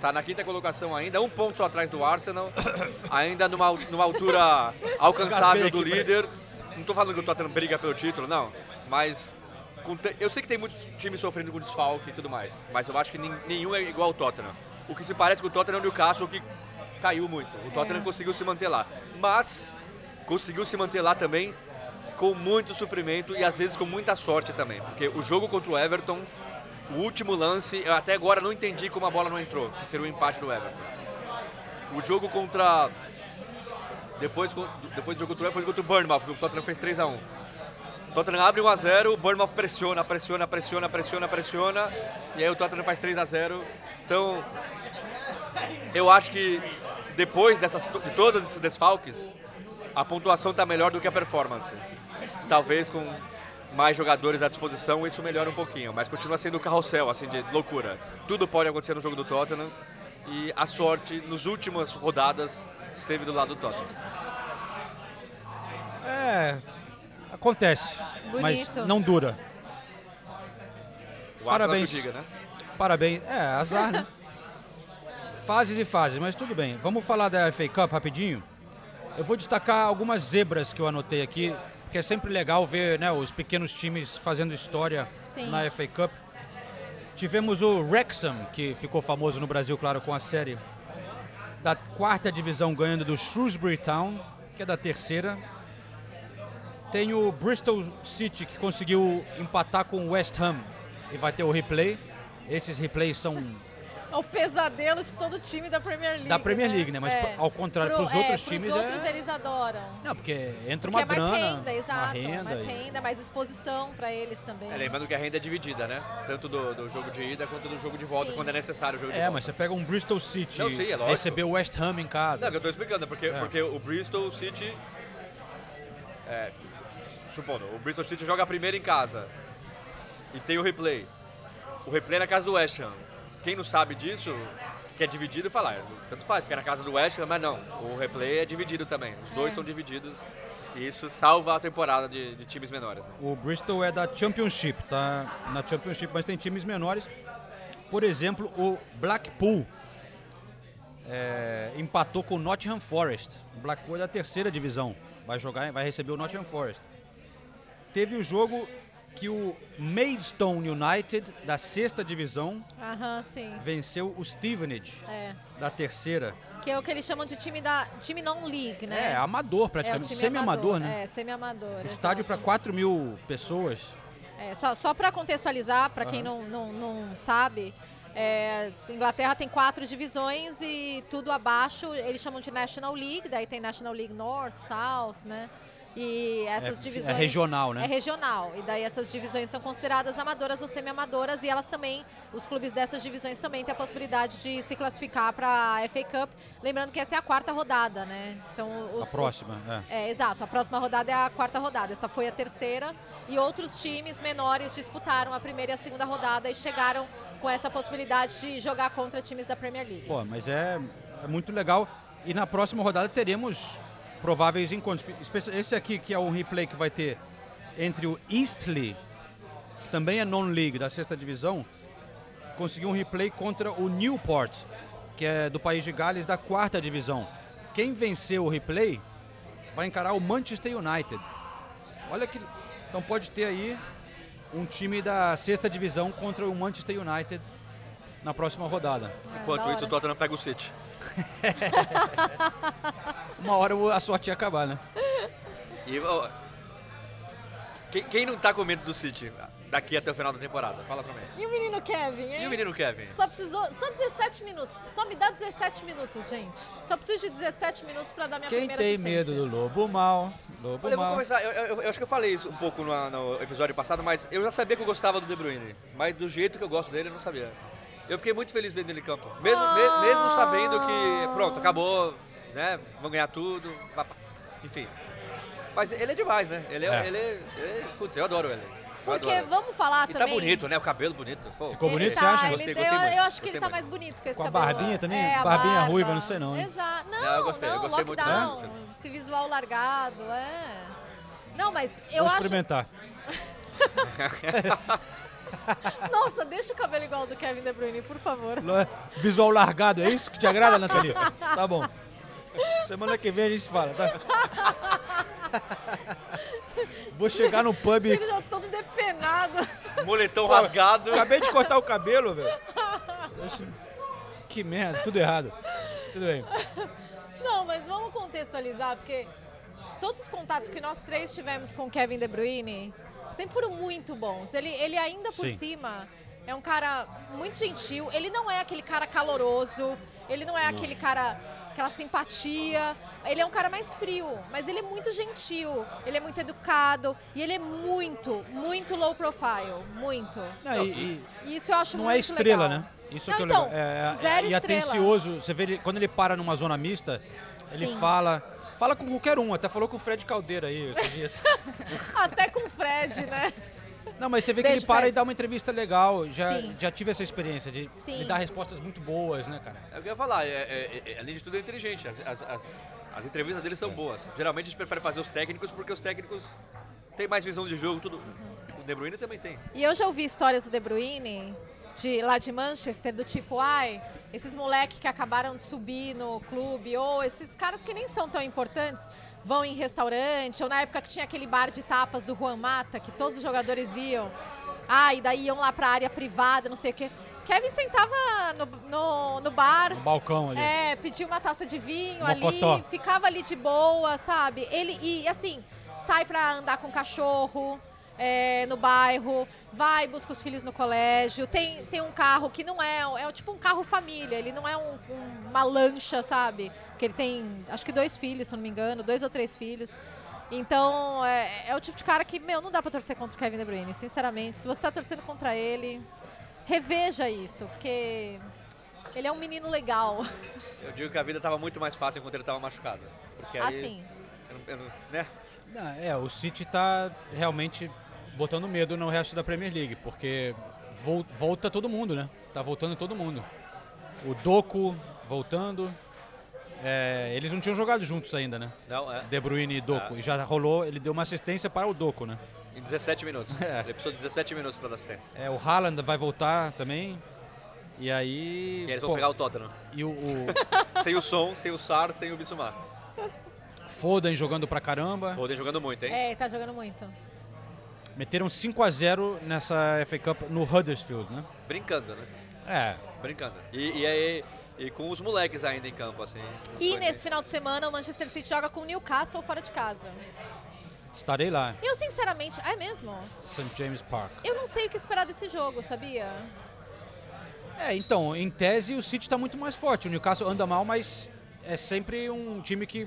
F: Tá na quinta colocação ainda, um ponto só atrás do Arsenal, ainda numa, al- numa altura alcançável do líder. Não tô falando que o Tottenham briga pelo título, não. Mas com te- eu sei que tem muitos times sofrendo com desfalque e tudo mais, mas eu acho que nin- nenhum é igual ao Tottenham. O que se parece com o Tottenham é o Newcastle, que caiu muito. O Tottenham conseguiu se manter lá. Mas conseguiu se manter lá também com muito sofrimento e às vezes com muita sorte também. Porque o jogo contra o Everton, o último lance, eu até agora não entendi como a bola não entrou, que seria o empate do Everton. O jogo contra. Depois, con- depois do jogo contra o Everton, foi contra o Bournemouth, que o Tottenham fez 3x1. O Tottenham abre 1x0, o Bournemouth pressiona, pressiona, pressiona, pressiona, pressiona, e aí o Tottenham faz 3x0. Então, eu acho que depois dessas, de todos esses desfalques, a pontuação está melhor do que a performance. Talvez com mais jogadores à disposição isso melhora um pouquinho, mas continua sendo o carrossel, assim, de loucura. Tudo pode acontecer no jogo do Tottenham e a sorte, nos últimas rodadas, esteve do lado do Tottenham.
D: É. Acontece. Mas
E: Bonito.
D: não dura.
F: O Arsenal
D: Parabéns.
F: que o diga, né?
D: Parabéns. É, azar, né? fases e fases, mas tudo bem. Vamos falar da FA Cup rapidinho? Eu vou destacar algumas zebras que eu anotei aqui, porque é sempre legal ver né, os pequenos times fazendo história
E: Sim.
D: na FA Cup. Tivemos o Wrexham, que ficou famoso no Brasil, claro, com a série da quarta divisão ganhando do Shrewsbury Town, que é da terceira. Tem o Bristol City, que conseguiu empatar com o West Ham e vai ter o replay. Esses replays são
E: É o pesadelo de todo time da Premier League.
D: Da Premier
E: né?
D: League, né? Mas
E: É.
D: pra- ao contrário,
E: Pro-
D: pros outros
E: é,
D: times
E: Pros outros
D: é...
E: eles adoram.
D: Não, porque entra
E: Porque
D: uma
E: é mais
D: grana,
E: renda,
D: uma
E: exato. é
D: renda
E: mais
D: e-
E: renda, mais exposição pra eles também.
F: É, lembrando que a renda é dividida, né? Tanto do, do jogo de ida quanto do jogo de volta,
E: Sim.
F: quando é necessário o jogo de
D: É,
F: volta.
D: mas você pega um Bristol City,
F: Não, sim, é lógico.
D: receber o West Ham em
F: Não,
D: casa.
F: que eu tô explicando, é porque,
D: É.
F: porque o Bristol City. É, supondo, o Bristol City joga primeiro em casa. E tem o replay. O replay é na casa do West Ham. Quem não sabe disso, que é dividido, fala, "Ah, tanto faz, fica na casa do West Ham, mas não. O replay é dividido também. Os dois são divididos. E isso salva a temporada de, de times menores. né?
D: O Bristol é da Championship, tá na Championship, mas tem times menores. Por exemplo, o Blackpool é, empatou com o Nottingham Forest. O Blackpool é da terceira divisão, vai jogar, vai receber o Nottingham Forest. Teve o jogo que o Maidstone United da sexta divisão
E: Aham, sim.
D: venceu o Stevenage
E: É.
D: da terceira.
E: Que é o que eles chamam de time da time non-league, né?
D: É, amador
E: É, o
D: praticamente,
E: time
D: semi-amador, né?
E: É, semi-amador.
D: Estádio para
E: exato.
D: 4 mil pessoas.
E: É, só só para contextualizar, para quem não, não, não sabe, é, Inglaterra tem quatro divisões e tudo abaixo eles chamam de National League, daí tem National League North, South, né? E essas
D: É- é
E: divisões.
D: regional, né?
E: É regional. E daí essas divisões são consideradas amadoras ou semi-amadoras e elas também, os clubes dessas divisões também têm a possibilidade de se classificar para a FA Cup. Lembrando que essa é a quarta rodada, né? Então, os,
D: a
E: os-
D: próxima, é.
E: é, exato. A próxima rodada é a quarta rodada. Essa foi a terceira. E outros times menores disputaram a primeira e a segunda rodada e chegaram com essa possibilidade de jogar contra times da Premier League.
D: Pô, mas é, é muito legal. E na próxima rodada teremos prováveis encontros. Espe- Esse aqui, que é o replay que vai ter entre o Eastleigh, que também é non-league da sexta divisão, conseguiu um replay contra o Newport, que é do país de Gales, da quarta divisão. Quem venceu o replay vai encarar o Manchester United. Olha que. Então pode ter aí um time da sexta divisão contra o Manchester United na próxima rodada.
E: É,
F: Enquanto
E: da
F: isso, o
E: hora.
F: Tottenham pega o City.
D: Uma hora o- a sorte ia acabar, né?
F: E ó, quem, quem não tá com medo do City daqui até o final da temporada? Fala pra mim.
E: E o menino Kevin, hein?
F: E o menino Kevin?
E: Só precisou. Só 17 minutos. Só me dá 17 minutos, gente. Só preciso de 17 minutos para dar minha
D: Quem
E: primeira
D: tem
E: assistência.
D: medo do lobo mal, lobo
F: Olha, eu vou
D: mal.
F: começar. Eu, eu- eu acho que eu falei isso um pouco no, no episódio passado, mas eu já sabia que eu gostava do De Bruyne. Mas do jeito que eu gosto dele, eu não sabia. Eu fiquei muito feliz vendo ele em campo. Mesmo,
E: Ah.
F: me- mesmo sabendo que, pronto, acabou, né? Vão ganhar tudo. pá, pá. Enfim. Mas ele é demais, né? Ele é.
D: É.
F: Ele, ele- putz, eu adoro ele. Eu
E: Porque
F: adoro.
E: vamos falar
F: E tá
E: também.
F: bonito, né? O cabelo bonito. Pô,
D: Ficou
E: Ele
D: bonito,
E: tá,
D: você acha?
E: ele-
F: Gostei,
E: eu,
F: gostei muito.
E: eu acho que
F: Gostei
E: ele tá
F: muito.
E: mais bonito com esse
D: Com a
E: cabelo.
D: barbinha também?
E: É, a
D: Barbinha
E: barba.
D: ruiva, não sei não, hein?
E: Exato. Não,
F: Não, eu gostei, eu
E: não,
F: gostei muito
E: lockdown,
F: do filme.
E: esse visual largado, é. Não, mas eu
D: Vou
E: acho...
D: experimentar.
E: Nossa, deixa o cabelo igual ao do Kevin De Bruyne, por favor.
D: Lo- Visual largado, é isso que te agrada, Nathalie? Tá bom. Semana que vem a gente se fala, tá? Vou chegar no pub.
E: Chega já todo depenado.
F: Moletom rasgado.
D: Acabei de cortar o cabelo, velho. Deixa- Que merda, tudo errado. Tudo bem.
E: Não, mas vamos contextualizar, porque todos os contatos que nós três tivemos com o Kevin De Bruyne sempre foram muito bons. Ele, ele ainda por
D: Sim.
E: cima é um cara muito gentil. Ele não é aquele cara caloroso, ele não é aquele cara, aquela simpatia. Ele é um cara mais frio, mas ele é muito gentil, ele é muito educado e ele é muito, muito low profile. Muito.
D: Não, e- e-
E: E isso eu acho
D: não
E: muito
D: é estrela,
E: legal.
D: né? Isso
E: não,
D: que eu
E: então,
D: lembro. É, é,
E: zero
D: e
E: estrela.
D: atencioso. Você vê ele, quando ele para numa zona mista, ele
E: Sim.
D: fala. Fala com qualquer um, até falou com o Fred Caldeira aí esses dias.
E: Até com o Fred, né?
D: Não, mas você vê que
E: Beijo,
D: ele para
E: Fred.
D: e dá uma entrevista legal. Já,
E: Sim.
D: já tive essa experiência de
E: Sim.
D: me dar respostas muito boas, né, cara?
F: É o que eu ia falar, é- é- é- além de tudo, ele é inteligente. As, as- as- as entrevistas dele
D: É.
F: são boas. Geralmente a gente prefere fazer os técnicos porque os técnicos têm mais visão de jogo, tudo.
D: Uhum.
F: O De Bruyne também tem.
E: E eu já ouvi histórias do De Bruyne, de, lá de Manchester, do tipo, ai, esses moleques que acabaram de subir no clube, ou esses caras que nem são tão importantes, vão em restaurante, ou na época que tinha aquele bar de tapas do Juan Mata, que todos os jogadores iam. Ah, e daí iam lá pra área privada, não sei o quê. Kevin sentava no, no, no bar,
D: No balcão ali.
E: é, pediu uma taça de vinho
D: Mocotó.
E: ali, ficava ali de boa, sabe? Ele e assim, sai pra andar com o cachorro. é, no bairro, vai, busca os filhos no colégio. Tem, tem um carro que não é, é tipo um carro família, ele não é um- um- uma lancha, sabe? Porque ele tem, acho que dois filhos, se eu não me engano, dois ou três filhos. Então, é, é o tipo de cara que, meu, não dá pra torcer contra o Kevin De Bruyne, sinceramente. Se você tá torcendo contra ele, reveja isso, porque ele é um menino legal.
F: Eu digo que a vida tava muito mais fácil enquanto ele tava machucado. Porque aí,
E: Assim.
F: eu não- eu não- né?
D: Não, é, o City tá realmente botando medo no resto da Premier League, porque vol- volta todo mundo, né? Tá voltando todo mundo. O Doku voltando. É, eles não tinham jogado juntos ainda, né?
F: Não, é.
D: De Bruyne e Doku. E já rolou, ele deu uma assistência para o Doku, né?
F: Em 17 minutos.
D: É.
F: Ele precisou de 17 minutos pra dar assistência.
D: É, o Haaland vai voltar também. E aí.
F: E eles
D: pô,
F: vão pegar o Tottenham.
D: E o, o
F: sem o Son, sem o Sar, sem o Bissumar.
D: Foden jogando pra caramba.
F: Foden jogando muito, hein?
E: É, tá jogando muito.
D: Meteram 5 a 0 nessa FA Cup no Huddersfield, né?
F: Brincando, né?
D: É,
F: Brincando. E, e aí... E com os moleques ainda em campo, assim. Não
E: E
F: foi-
E: nesse final de semana, o Manchester City joga com o Newcastle fora de casa.
D: estarei lá,
E: Eu, sinceramente, é mesmo?
D: St. James Park.
E: Eu não sei o que esperar desse jogo, sabia?
D: É, então, em tese o City tá muito mais forte. O Newcastle anda mal, mas é sempre um time que.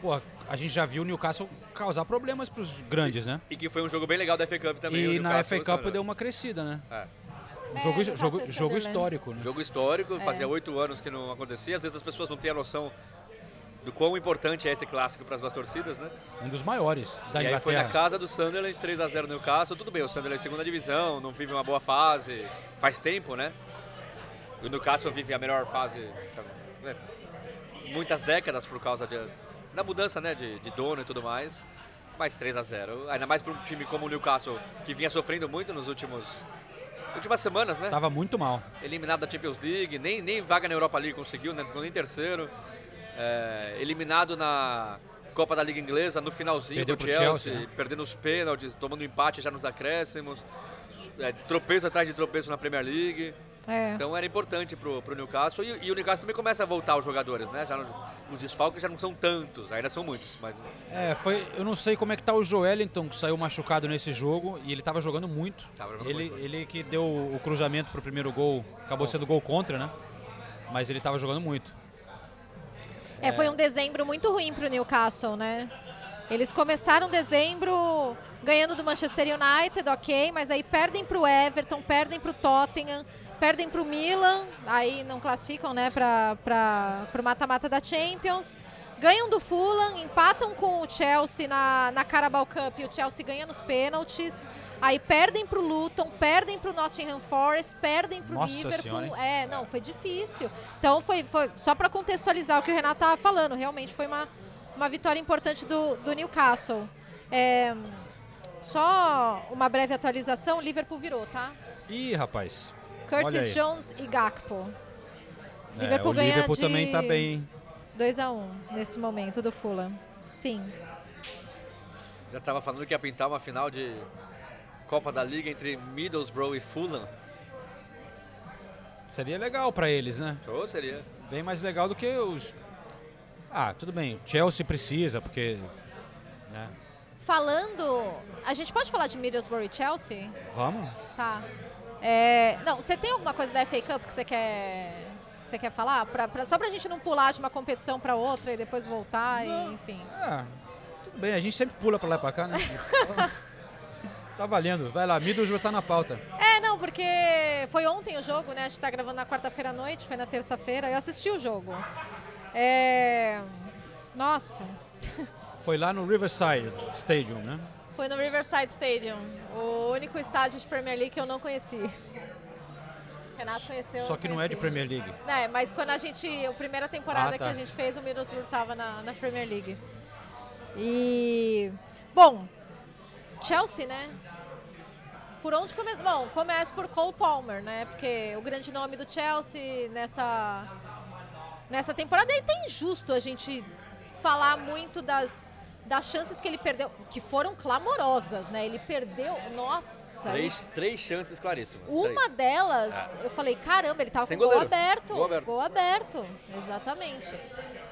D: Pô, a gente já viu o Newcastle causar problemas pros grandes, né?
F: E que foi um jogo bem legal da FA Cup também.
D: E
F: o
D: na
F: Newcastle
D: FA Cup
F: Sunderland.
D: deu uma crescida, né?
F: É.
D: Um jogo,
E: É, Newcastle
D: jogo,
E: e
D: jogo
E: Sunderland.
D: histórico, né?
F: Jogo histórico, fazia oito anos que não acontecia. Às vezes as pessoas não têm a noção do quão importante é esse clássico para as duas torcidas, né?
D: Um dos maiores da
F: e aí foi na
D: Inglaterra.
F: casa do Sunderland, 3x0 no Newcastle. Tudo bem, o Sunderland é segunda divisão, não vive uma boa fase, faz tempo, né? E o Newcastle vive a melhor fase tá, né? muitas décadas por causa de- da mudança né? de, de dono e tudo mais. Mas 3x0, ainda mais para um time como o Newcastle, que vinha sofrendo muito nos últimos... Últimas semanas, né?
D: Tava muito mal.
F: eliminado da Champions League, nem, nem vaga na Europa League conseguiu, né? Ficou nem terceiro. É, eliminado na Copa da Liga Inglesa no finalzinho
D: Perdeu
F: do
D: pro
F: Chelsea,
D: Chelsea, né?
F: perdendo os pênaltis, tomando empate já nos acréscimos. É, tropeço atrás de tropeço na Premier League.
E: É.
F: Então era importante pro, pro Newcastle. E, e o Newcastle também começa a voltar os jogadores, né? Já não- os desfalques já não são tantos, ainda são muitos, mas
D: É, foi. Eu não sei como é que tá o Joelinton, que saiu machucado nesse jogo, e ele tava jogando muito.
F: Tava jogando
D: ele,
F: muito, né?
D: ele que deu o cruzamento pro primeiro gol, acabou sendo gol contra, né? Mas ele tava jogando muito.
E: É, foi um dezembro muito ruim pro Newcastle, né? Eles começaram dezembro ganhando do Manchester United, ok, mas aí perdem pro Everton, perdem pro Tottenham, perdem pro Milan, aí não classificam, né, pra, pra, pro mata-mata da Champions. Ganham do Fulham, empatam com o Chelsea na, na Carabao Cup e o Chelsea ganha nos pênaltis. Aí perdem pro Luton, perdem pro Nottingham Forest, perdem pro
D: Nossa
E: Liverpool.
D: senhora, hein?
E: É, não, foi difícil. Então foi, foi só para contextualizar o que o Renato estava falando, realmente foi uma, uma vitória importante do, do Newcastle. É, só uma breve atualização, o Liverpool virou, tá?
D: Ih, rapaz. Olha aí.
E: Curtis Jones e Gakpo.
D: É,
E: Liverpool
D: o
E: ganha
D: Liverpool
E: de-
D: também tá bem. hein?
E: 2 a 1 nesse momento do Fulham. Sim.
F: já estava falando que ia pintar uma final de Copa da Liga entre Middlesbrough e Fulham.
D: Seria legal pra eles, né?
F: Show seria.
D: Bem mais legal do que os. Ah, tudo bem. o Chelsea precisa, porque. né?
E: Falando, a gente pode falar de Middlesbrough e Chelsea?
D: Vamos?
E: Tá. É, não, você tem alguma coisa da FA Cup que você quer, você quer falar? Pra, pra, só pra gente não pular de uma competição pra outra e depois voltar, e, enfim.
D: Ah, tudo bem, a gente sempre pula pra lá e pra cá, né? tá valendo. Vai lá, Middlesbrough tá na pauta.
E: É, não, porque foi ontem o jogo, né? A gente tá gravando na quarta-feira à noite, foi na terça-feira. Eu assisti o jogo. É... Nossa,
D: Foi lá no Riverside Stadium, né?
E: foi no Riverside Stadium, o único estádio de Premier League que eu não conheci. Renato conheceu. eu
D: Só que não é de
E: conheci.
D: Premier League.
E: É, mas quando a gente. A primeira temporada
D: Ah, tá.
E: que a gente fez, o Middlesbrough tava na, na Premier League. E. Bom, Chelsea, né? Por onde começa? Bom, começa por Cole Palmer, né? Porque o grande nome do Chelsea nessa, nessa temporada. E até injusto a gente falar muito das, das chances que ele perdeu, que foram clamorosas, né? Ele perdeu. Nossa! ele
F: Três, três chances claríssimas.
E: Tá uma
F: três.
E: delas, eu falei, caramba, ele tava
F: Sem
E: com o Ah. gol
F: goleiro.
E: aberto.
F: Gol aberto.
E: Gol aberto, exatamente.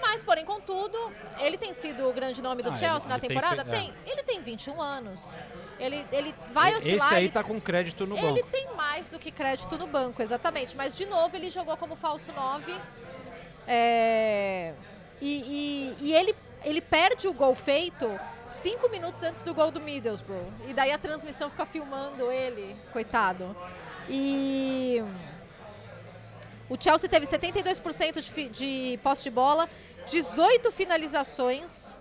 E: Mas, porém, contudo, ele tem sido o grande nome do
D: Ah,
E: Chelsea
D: ele-
E: na
D: ele tem
E: temporada?
D: fe- é.
E: Tem, Ele tem 21 anos. Ele, ele vai oscilar.
D: Esse aí
E: ele-
D: tá com crédito no
E: Ele
D: banco.
E: tem mais do que crédito no banco, exatamente. Mas, de novo, ele jogou como falso 9. É, E, e- e ele, ele perde o gol feito cinco minutos antes do gol do Middlesbrough. E daí a transmissão fica filmando ele, coitado. E. O Chelsea teve 72% de, fi- de posse de bola, 18 finalizações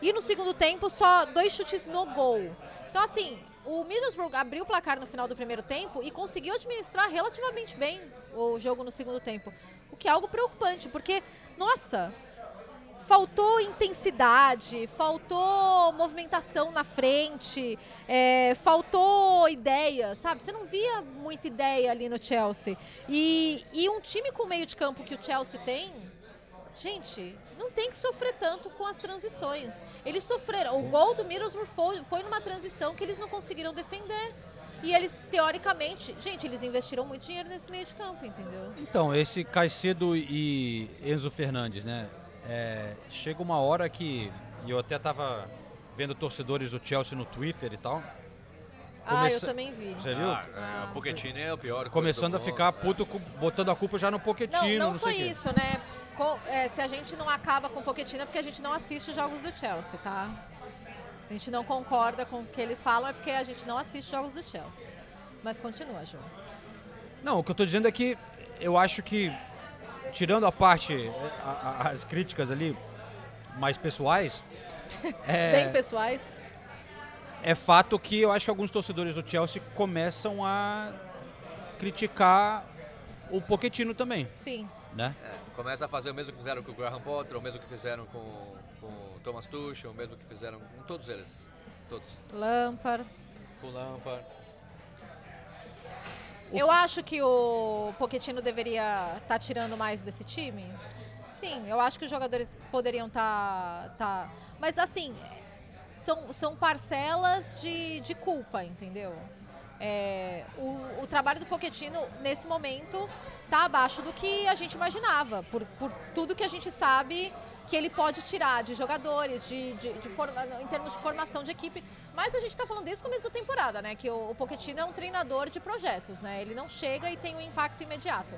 E: e no segundo tempo só dois chutes no gol. Então, assim, o Middlesbrough abriu o placar no final do primeiro tempo e conseguiu administrar relativamente bem o jogo no segundo tempo. O que é algo preocupante, porque, nossa, faltou intensidade, faltou movimentação na frente, é, faltou ideia, sabe? Você não via muita ideia ali no Chelsea. E, e um time com o meio de campo que o Chelsea tem, gente, não tem que sofrer tanto com as transições. Eles sofreram. O gol do Middlesbrough foi, foi numa transição que eles não conseguiram defender. E eles, teoricamente, gente, eles investiram muito dinheiro nesse meio de campo, entendeu?
D: Então, esse Caicedo e Enzo Fernandes, né? É, chega uma hora que. E eu até tava vendo torcedores do Chelsea no Twitter e tal.
E: Ah, eu
D: Começa-
E: também vi.
D: Você viu?
F: Ah, é, o Pochettino é o pior. coisa
D: Começando
F: do
D: a
F: mundo.
D: ficar puto, com- botando a culpa já no Poquetino.
E: Não,
D: é Não,
E: não, só
D: sei o quê.
E: isso, né? Co- é, se a gente não acaba com o Pochettino é porque a gente não assiste os jogos do Chelsea, tá? A gente não concorda com o que eles falam é porque a gente não assiste os jogos do Chelsea. Mas continua, Ju.
D: Não, o que eu tô dizendo é que eu acho que, tirando a parte, eh, a- a- as críticas ali mais pessoais,
E: Bem, pessoais.
D: é fato que eu acho que alguns torcedores do Chelsea começam a criticar o Poquetino também,
E: Sim.
D: né?
F: É, começa a fazer o mesmo que fizeram com o Graham Potter, o mesmo que fizeram com, com o Thomas Tuchel, o mesmo que fizeram com todos eles. Todos.
E: Lampard.
F: Com o Lampard.
E: Eu acho que o Pochettino deveria estar tirando mais desse time. Sim, eu acho que os jogadores poderiam estar. Mas assim, são, são parcelas de, de culpa, entendeu? É, o, o trabalho do Pochettino, nesse momento, está tá abaixo do que a gente imaginava, por, por tudo que a gente sabe que ele pode tirar de jogadores, de, de, de forma- em termos de formação de equipe. Mas a gente está falando desde o começo da temporada, né? Que o, o Pochettino é um treinador de projetos, né? Ele não chega e tem um impacto imediato.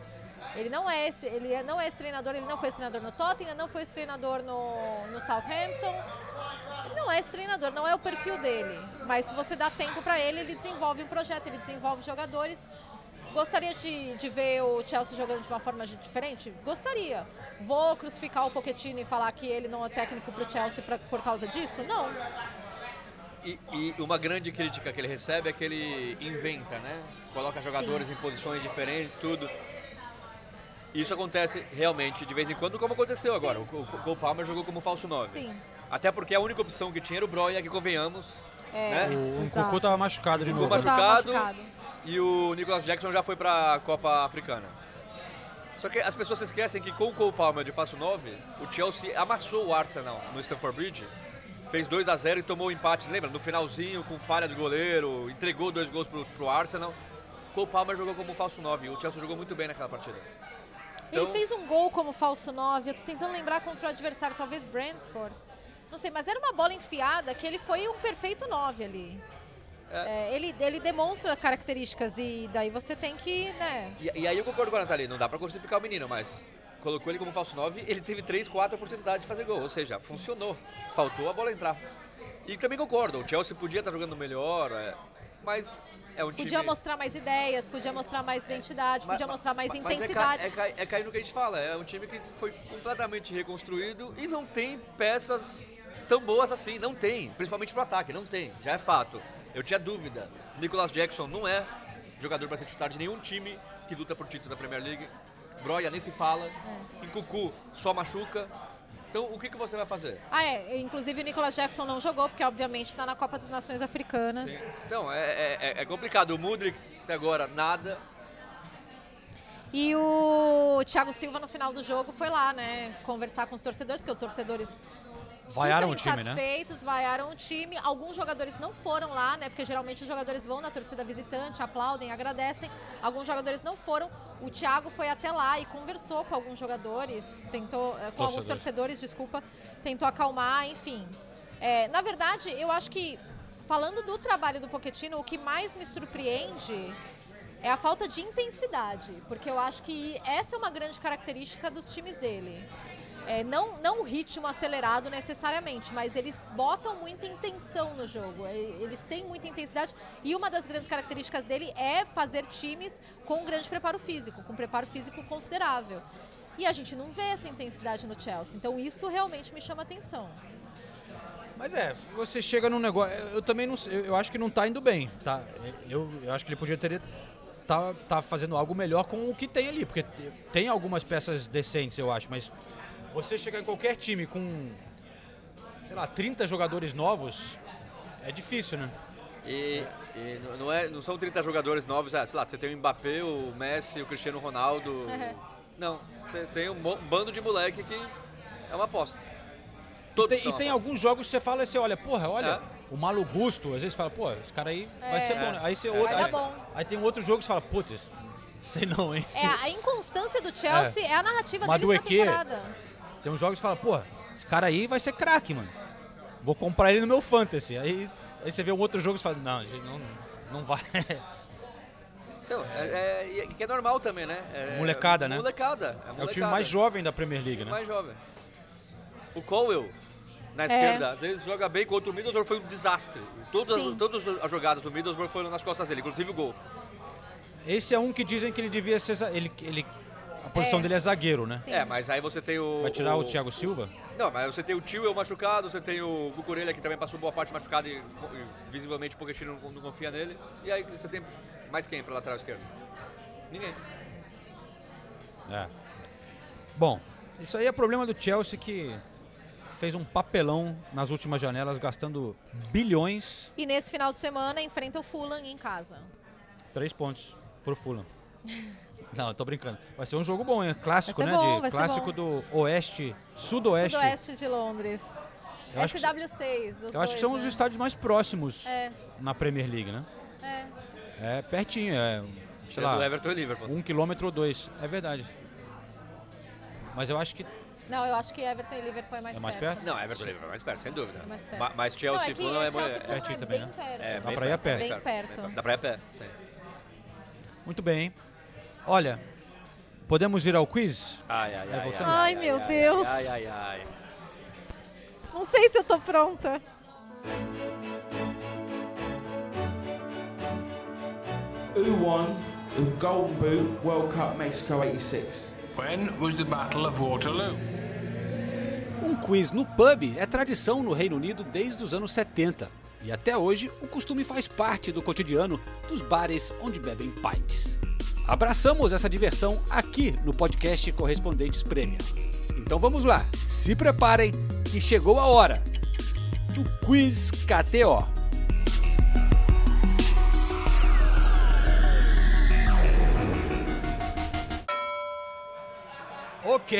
E: Ele não é esse, ele é- não é esse treinador, ele não foi esse treinador no Tottenham, não foi esse treinador no, no Southampton. Ele não é esse treinador, não é o perfil dele. Mas se você dá tempo para ele, ele desenvolve um projeto, ele desenvolve jogadores. Gostaria de, de ver o Chelsea jogando de uma forma de- diferente? Gostaria. Vou crucificar o Pochettino e falar que ele não é técnico para o Chelsea pra- por causa disso? Não.
F: E, e uma grande crítica que ele recebe é que ele inventa, né? Coloca jogadores em posições diferentes, tudo. Isso acontece realmente de vez em quando, como aconteceu agora. O,
E: Sim.
F: o Cole Palmer jogou como falso 9.
E: Sim.
F: Até porque a única opção que tinha era o Broia, que convenhamos,
E: É,
F: né?
D: O
E: exato.
D: Nkunku tava machucado de
F: Nkunku
D: novo. né?
E: Tava
F: machucado. E o Nicolas Jackson já foi pra Copa Africana. Só que as pessoas se esquecem que com o Cole Palmer de Faço 9, o Chelsea amassou o Arsenal no Stamford Bridge. Fez 2 a 0 e tomou o empate, lembra? No finalzinho, com falha de goleiro, entregou dois gols pro, pro Arsenal. Cole Palmer jogou como falso 9 e o Chelsea jogou muito bem naquela partida.
E: Ele
F: Então-
E: fez um gol como falso 9, eu tô tentando lembrar contra o adversário, talvez Brentford. Não sei, mas era uma bola enfiada que ele foi um perfeito 9 ali. É, ele, ele demonstra características e daí você tem que, né?
F: E, e aí eu concordo com a Nathalie, não dá pra crucificar o menino, mas colocou ele como falso 9, ele teve 3, 4 oportunidades de fazer gol, ou seja, funcionou. Faltou a bola entrar. E também concordo, o Chelsea podia estar jogando melhor, é, mas é um time...
E: Podia mostrar mais ideias, podia mostrar mais identidade,
F: Ma-
E: podia
F: ma-
E: mostrar mais
F: ma- mas é
E: intensidade.
F: ca- é, ca- é cair no que a gente fala, é um time que foi completamente reconstruído e não tem peças tão boas assim, não tem, principalmente pro ataque, não tem, já é fato. Eu tinha dúvida, Nicolas Jackson não é jogador para ser titular de nenhum time que luta por título da Premier League, Broia nem se fala,
E: É.
F: em Cucu só machuca, então o que, que você vai fazer?
E: Ah, é. Inclusive o Nicolas Jackson não jogou, porque obviamente está na Copa das Nações Africanas.
F: Então, é, é- é- é complicado, o Mudrik até agora nada,
E: E o Thiago Silva, no final do jogo, foi lá, né, conversar com os torcedores, porque os torcedores
D: Vaiaram o
E: super
D: time, né?
E: insatisfeitos, vaiaram o time. Alguns jogadores não foram lá, né? Porque geralmente os jogadores vão na torcida visitante, aplaudem, agradecem. Alguns jogadores não foram. O Thiago foi até lá e conversou com alguns jogadores, tentou, eh, com alguns
D: Torcedores.
E: torcedores, desculpa, tentou acalmar, enfim. É, na verdade, eu acho que falando do trabalho do Pochettino, o que mais me surpreende é a falta de intensidade, porque eu acho que essa é uma grande característica dos times dele. É, não, não o ritmo acelerado necessariamente, mas eles botam muita intenção no jogo. E- Eles têm muita intensidade. E uma das grandes características dele é fazer times com um grande preparo físico, com um preparo físico considerável. E a gente não vê essa intensidade no Chelsea. Então isso realmente me chama atenção.
D: Mas é, você chega num negócio. Eu, eu também não sei- eu, eu acho que não tá indo bem, tá? Eu, eu acho que ele podia ter tá, tá fazendo algo melhor com o que tem ali, porque te- tem algumas peças decentes, eu acho, mas você chegar em qualquer time com sei lá, 30 jogadores novos é difícil, né?
F: E, e não- não, é, não são 30 jogadores novos, é, sei lá, você tem o Mbappé, o Messi, o Cristiano Ronaldo. não, você tem um mo- bando de moleque que é uma aposta.
D: E
F: Todos
D: tem, e
F: são
D: tem
F: uma aposta.
D: alguns jogos que você fala e você olha, porra, olha, o Malu Gusto, às vezes fala, pô, esse cara aí vai
E: É.
D: ser bom. né? Aí você outro,
E: Vai dar
D: aí,
E: bom.
D: aí tem outro jogo que você fala, putz, sei não, hein?
E: É, a inconstância do Chelsea é, a narrativa
D: Mas
E: deles
D: do
E: na
D: Eke-
E: temporada.
D: Tem uns jogos que fala, porra, esse cara aí vai ser craque, mano. Vou comprar ele no meu fantasy. Aí, aí você vê um outro jogo e você fala, não, gente, não, não vai. É
F: Então, é, é, e é- que é normal também, né? É-
D: Molecada, né?
F: Molecada. É,
D: É o time
F: molecada. é
D: mais jovem da Premier
F: O
D: League,
F: time
D: né?
F: mais jovem. O Colwell,
E: É.
F: na esquerda, às vezes joga bem contra o Middlesbrough, foi um desastre. Todas,
E: Sim.
F: todas as jogadas do Middlesbrough foram nas costas dele, inclusive o gol.
D: Esse é um que dizem que ele devia ser. za- Ele, ele, a posição
E: É.
D: dele é zagueiro, né?
E: Sim.
F: É, mas aí você tem o...
D: Vai tirar o
F: o-
D: Thiago Silva?
F: Não, mas você tem o Tio machucado, você tem o Cucurella que também passou boa parte machucado e, e visivelmente o Pochettino não, não confia nele. E aí você tem mais quem pra lateral esquerdo? Ninguém.
D: É. Bom, isso aí é problema do Chelsea que fez um papelão nas últimas janelas, gastando bilhões.
E: E nesse final de semana enfrenta o Fulham em casa.
D: Três pontos pro Fulham. Não, eu tô brincando. Vai ser um jogo bom, é clássico,
E: Vai
D: né?
E: ser bom,
D: de,
E: vai ser
D: clássico
E: bom.
D: do Oeste, Sudoeste.
E: Sudoeste de Londres.
D: Eu acho que-
E: SW6. dos
D: Eu acho
E: dois,
D: que são os
E: né?
D: estádios mais próximos
E: É,
D: na Premier League, né?
E: é.
D: É pertinho, é, sei
F: Tira do
D: lá,
F: Everton e Liverpool.
D: um quilômetro ou dois. É verdade. Mas eu acho que
E: Não, eu acho que Everton e Liverpool é mais,
D: É mais perto?
F: Não, Everton e Liverpool é mais perto, sem dúvida.
E: Mais perto.
F: Ma- Mas
E: Não,
F: Chelsea
E: é
F: e
E: que
F: Fulham é,
E: é Chelsea
F: é-
E: Fulham
D: pertinho
E: é
D: também,
E: bem
D: né?
E: perto.
F: é
D: Dá
F: bem
D: pra ir a pé.
F: bem
E: Bem perto.
F: Dá pra ir a pé, sim.
D: muito bem, hein? Olha, podemos ir ao quiz?
F: Ai, ai, ai.
D: Vai É, voltando?
E: Ai, meu Deus.
F: Ai, ai, ai.
E: Não sei se eu tô pronta.
K: Who won the Golden Boot World Cup Mexico 86?
H: When was the Battle of Waterloo?
D: Um quiz no pub é tradição no Reino Unido desde os anos 70. E até hoje, o costume faz parte do cotidiano dos bares onde bebem pints. Abraçamos essa diversão aqui no podcast Correspondentes Prêmio. Então vamos lá, se preparem que chegou a hora do Quiz KTO. Ok!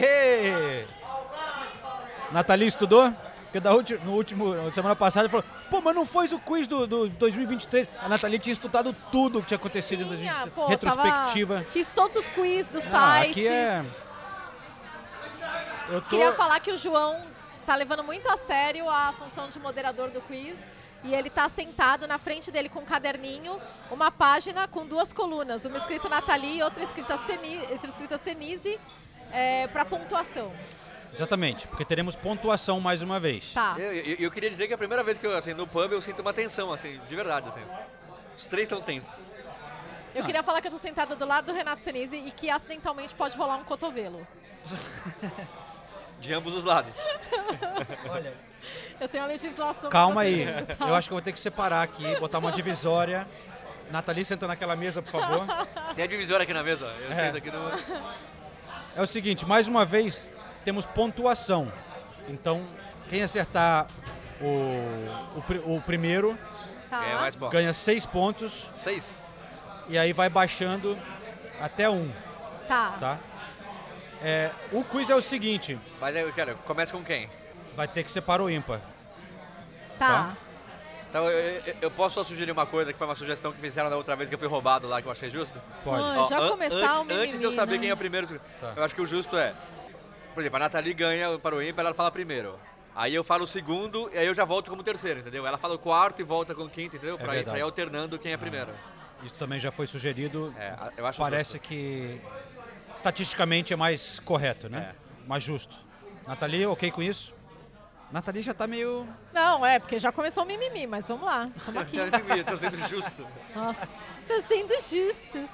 D: Nathalie estudou? Porque da ulti- no último, na semana passada falou, pô, mas não foi o quiz do, do 2023. A Nathalie tinha estudado tudo o que tinha acontecido em
E: Tinha,
D: 2023.
E: pô,
D: Retrospectiva.
E: Tava... Fiz todos os quiz dos
D: Ah,
E: sites.
D: aqui é- Eu tô...
E: Queria falar que o João tá levando muito a sério a função de moderador do quiz. E ele tá sentado na frente dele com um caderninho, uma página com duas colunas, uma escrita Nathalie e outra escrita Senise, outra escrita Senise é, para pontuação.
D: Exatamente, porque teremos pontuação mais uma vez.
E: Tá.
F: Eu, eu, eu queria dizer que é a primeira vez que eu, assim, no pub eu sinto uma tensão, assim, de verdade, assim. Os três estão tensos.
D: Ah.
E: Eu queria falar que eu tô sentada do lado do Renato Senise e que acidentalmente pode rolar um cotovelo.
F: De ambos os lados.
E: Eu tenho a legislação.
D: Calma
E: do
D: aí,
E: cotovelo, tá?
D: eu acho que eu vou ter que separar aqui, botar uma divisória. Nathalie, senta naquela mesa, por favor.
F: Tem a divisória aqui na mesa. ó. Eu
D: É.
F: sento aqui no.
D: É o seguinte, mais uma vez, temos pontuação. Então, quem acertar o, o, pri- o primeiro
E: Tá.
F: É mais bom.
D: ganha seis pontos
F: Seis.
D: e aí vai baixando até um,
E: tá.
D: tá? É, o quiz é o seguinte,
F: Mas eu quero, né, começa com quem?
D: Vai ter que ser para o ímpar.
E: Tá.
F: Então, eu, eu- eu posso só sugerir uma coisa, que foi uma sugestão que fizeram da outra vez que eu fui roubado lá, que eu achei justo?
E: Pode. Ai, já
F: an-
E: começar
F: antes,
E: o mimimi,
F: Antes de eu saber
E: né?
F: quem é o primeiro,
D: Tá.
F: eu acho que o justo é... Por exemplo, a Nathalie ganha para o ímpar, ela fala primeiro. Aí eu falo o segundo, e aí eu já volto como terceiro, entendeu? Ela fala o quarto e volta com o quinto, entendeu? Pra ir, pra
D: É verdade.
F: ir alternando quem é primeiro.
D: Isso também já foi sugerido.
F: a- É, eu acho
D: Parece que estatisticamente é mais correto, né?
F: É.
D: Mais justo. Nathalie, ok com isso? Nathalie já tá meio.
E: Não, é, porque já começou o mimimi, mas vamos lá. Estamos aqui.
F: Eu tô sendo justo.
E: Nossa, tá sendo justo.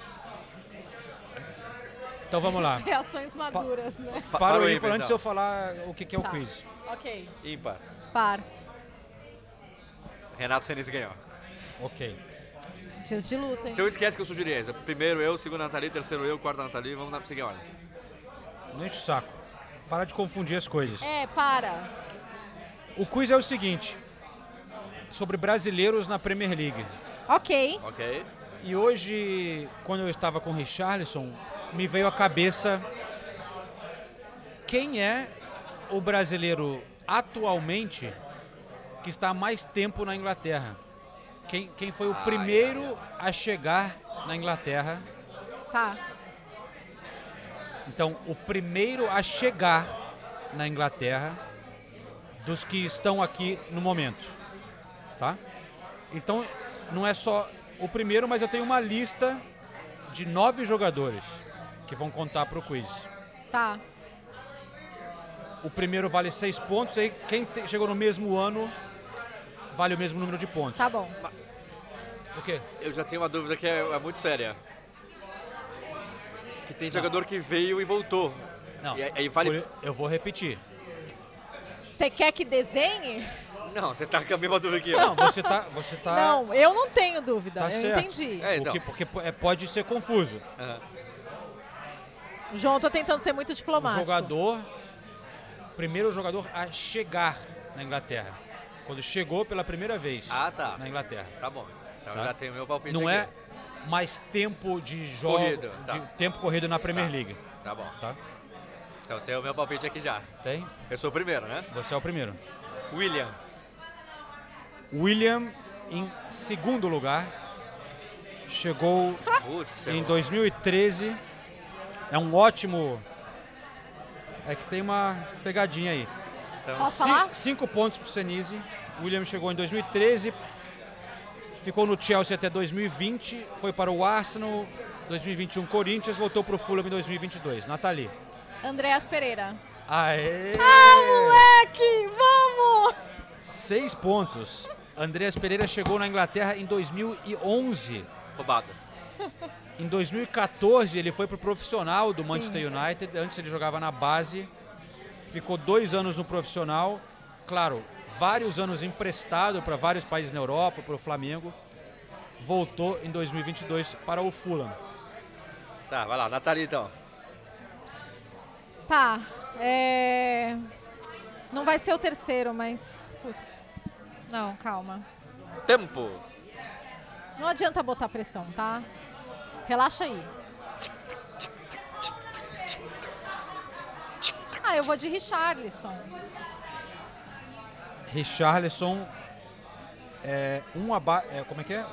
D: Então vamos lá.
E: Reações maduras, né?
D: Para, o ímpar, antes de eu falar o que, que é o
E: Tá.
D: quiz.
E: Ok,
F: então. Ímpar.
E: par.
F: Renato Senise ganhou.
D: Ok.
E: Dias de luta, hein?
F: Então esquece que eu sugeri esse. Primeiro eu, segundo a Nathalie, terceiro eu, quarto a Nathalie, vamos na seguir a ordem.
D: Não enche o saco. Para de confundir as coisas.
E: É, para.
D: O quiz é o seguinte: sobre brasileiros na Premier League.
E: Ok.
F: Ok.
D: E hoje, quando eu estava com o Richarlison, me veio à cabeça quem é o brasileiro atualmente que está há mais tempo na Inglaterra. Quem, quem foi o primeiro a chegar na Inglaterra?
E: Tá.
D: Então, o primeiro a chegar na Inglaterra dos que estão aqui no momento, tá? Então, não é só o primeiro, mas eu tenho uma lista de nove jogadores que vão contar para o quiz.
E: Tá.
D: O primeiro vale seis pontos, aí quem te- chegou no mesmo ano vale o mesmo número de pontos.
E: Tá bom.
D: O quê?
F: Eu já tenho uma dúvida que é, é muito séria. Que tem jogador que veio e voltou.
D: Não.
F: E aí- aí vale...
D: Por- Eu vou repetir.
E: Você quer que desenhe?
F: Não, você tá com a mesma dúvida que eu.
D: Não, você tá, você tá
E: Não, eu não tenho dúvida.
D: Tá
E: eu
D: certo.
E: entendi.
F: Ah. É, então.
D: Porque, porque po- é- pode ser confuso.
F: Aham.
E: João, tô tentando ser muito
D: O
E: diplomático.
D: jogador, primeiro jogador a chegar na Inglaterra. Quando chegou pela primeira vez
F: Ah, tá.
D: na Inglaterra.
F: Tá bom. Então
D: Tá.
F: eu já tenho meu palpite
D: Não é
F: aqui.
D: mais tempo de jogo,
F: Corrido, tá.
D: de tempo corrido na Premier
F: Tá.
D: League,
F: Tá bom.
D: tá?
F: Então eu tenho o meu palpite aqui já.
D: Tem?
F: Eu sou o primeiro, né?
D: Você é o primeiro.
F: William.
D: William em segundo lugar chegou
F: Putz,
D: em
F: ferrou.
D: 2013. É um ótimo é que tem uma pegadinha aí.
F: Então,
E: Posso
D: Ci-
E: falar?
D: Cinco pontos pro Senise. William chegou em 2013, ficou no Chelsea até 2020, foi para o Arsenal, 2021 Corinthians, voltou para o Fulham em 2022. Nathalie.
E: Andréas Pereira.
D: Aê!
E: Moleque, vamos!
D: Seis pontos. Andreas Pereira chegou na Inglaterra em 2011.
F: roubado.
D: Em 2014 ele foi pro profissional do Manchester United. Antes ele jogava na base. Ficou dois anos no profissional. Claro, vários anos emprestado para vários países na Europa, para o Flamengo. Voltou em 2022 para o Fulham.
F: Tá, vai lá. Nathalie, então.
E: Tá. É... Não vai ser o terceiro, mas. Putz. Não, calma.
F: Tempo.
E: Não adianta botar pressão, tá? Relaxa aí. Ah, eu vou de Richarlison.
D: Richarlison é um abaixo. como é que é?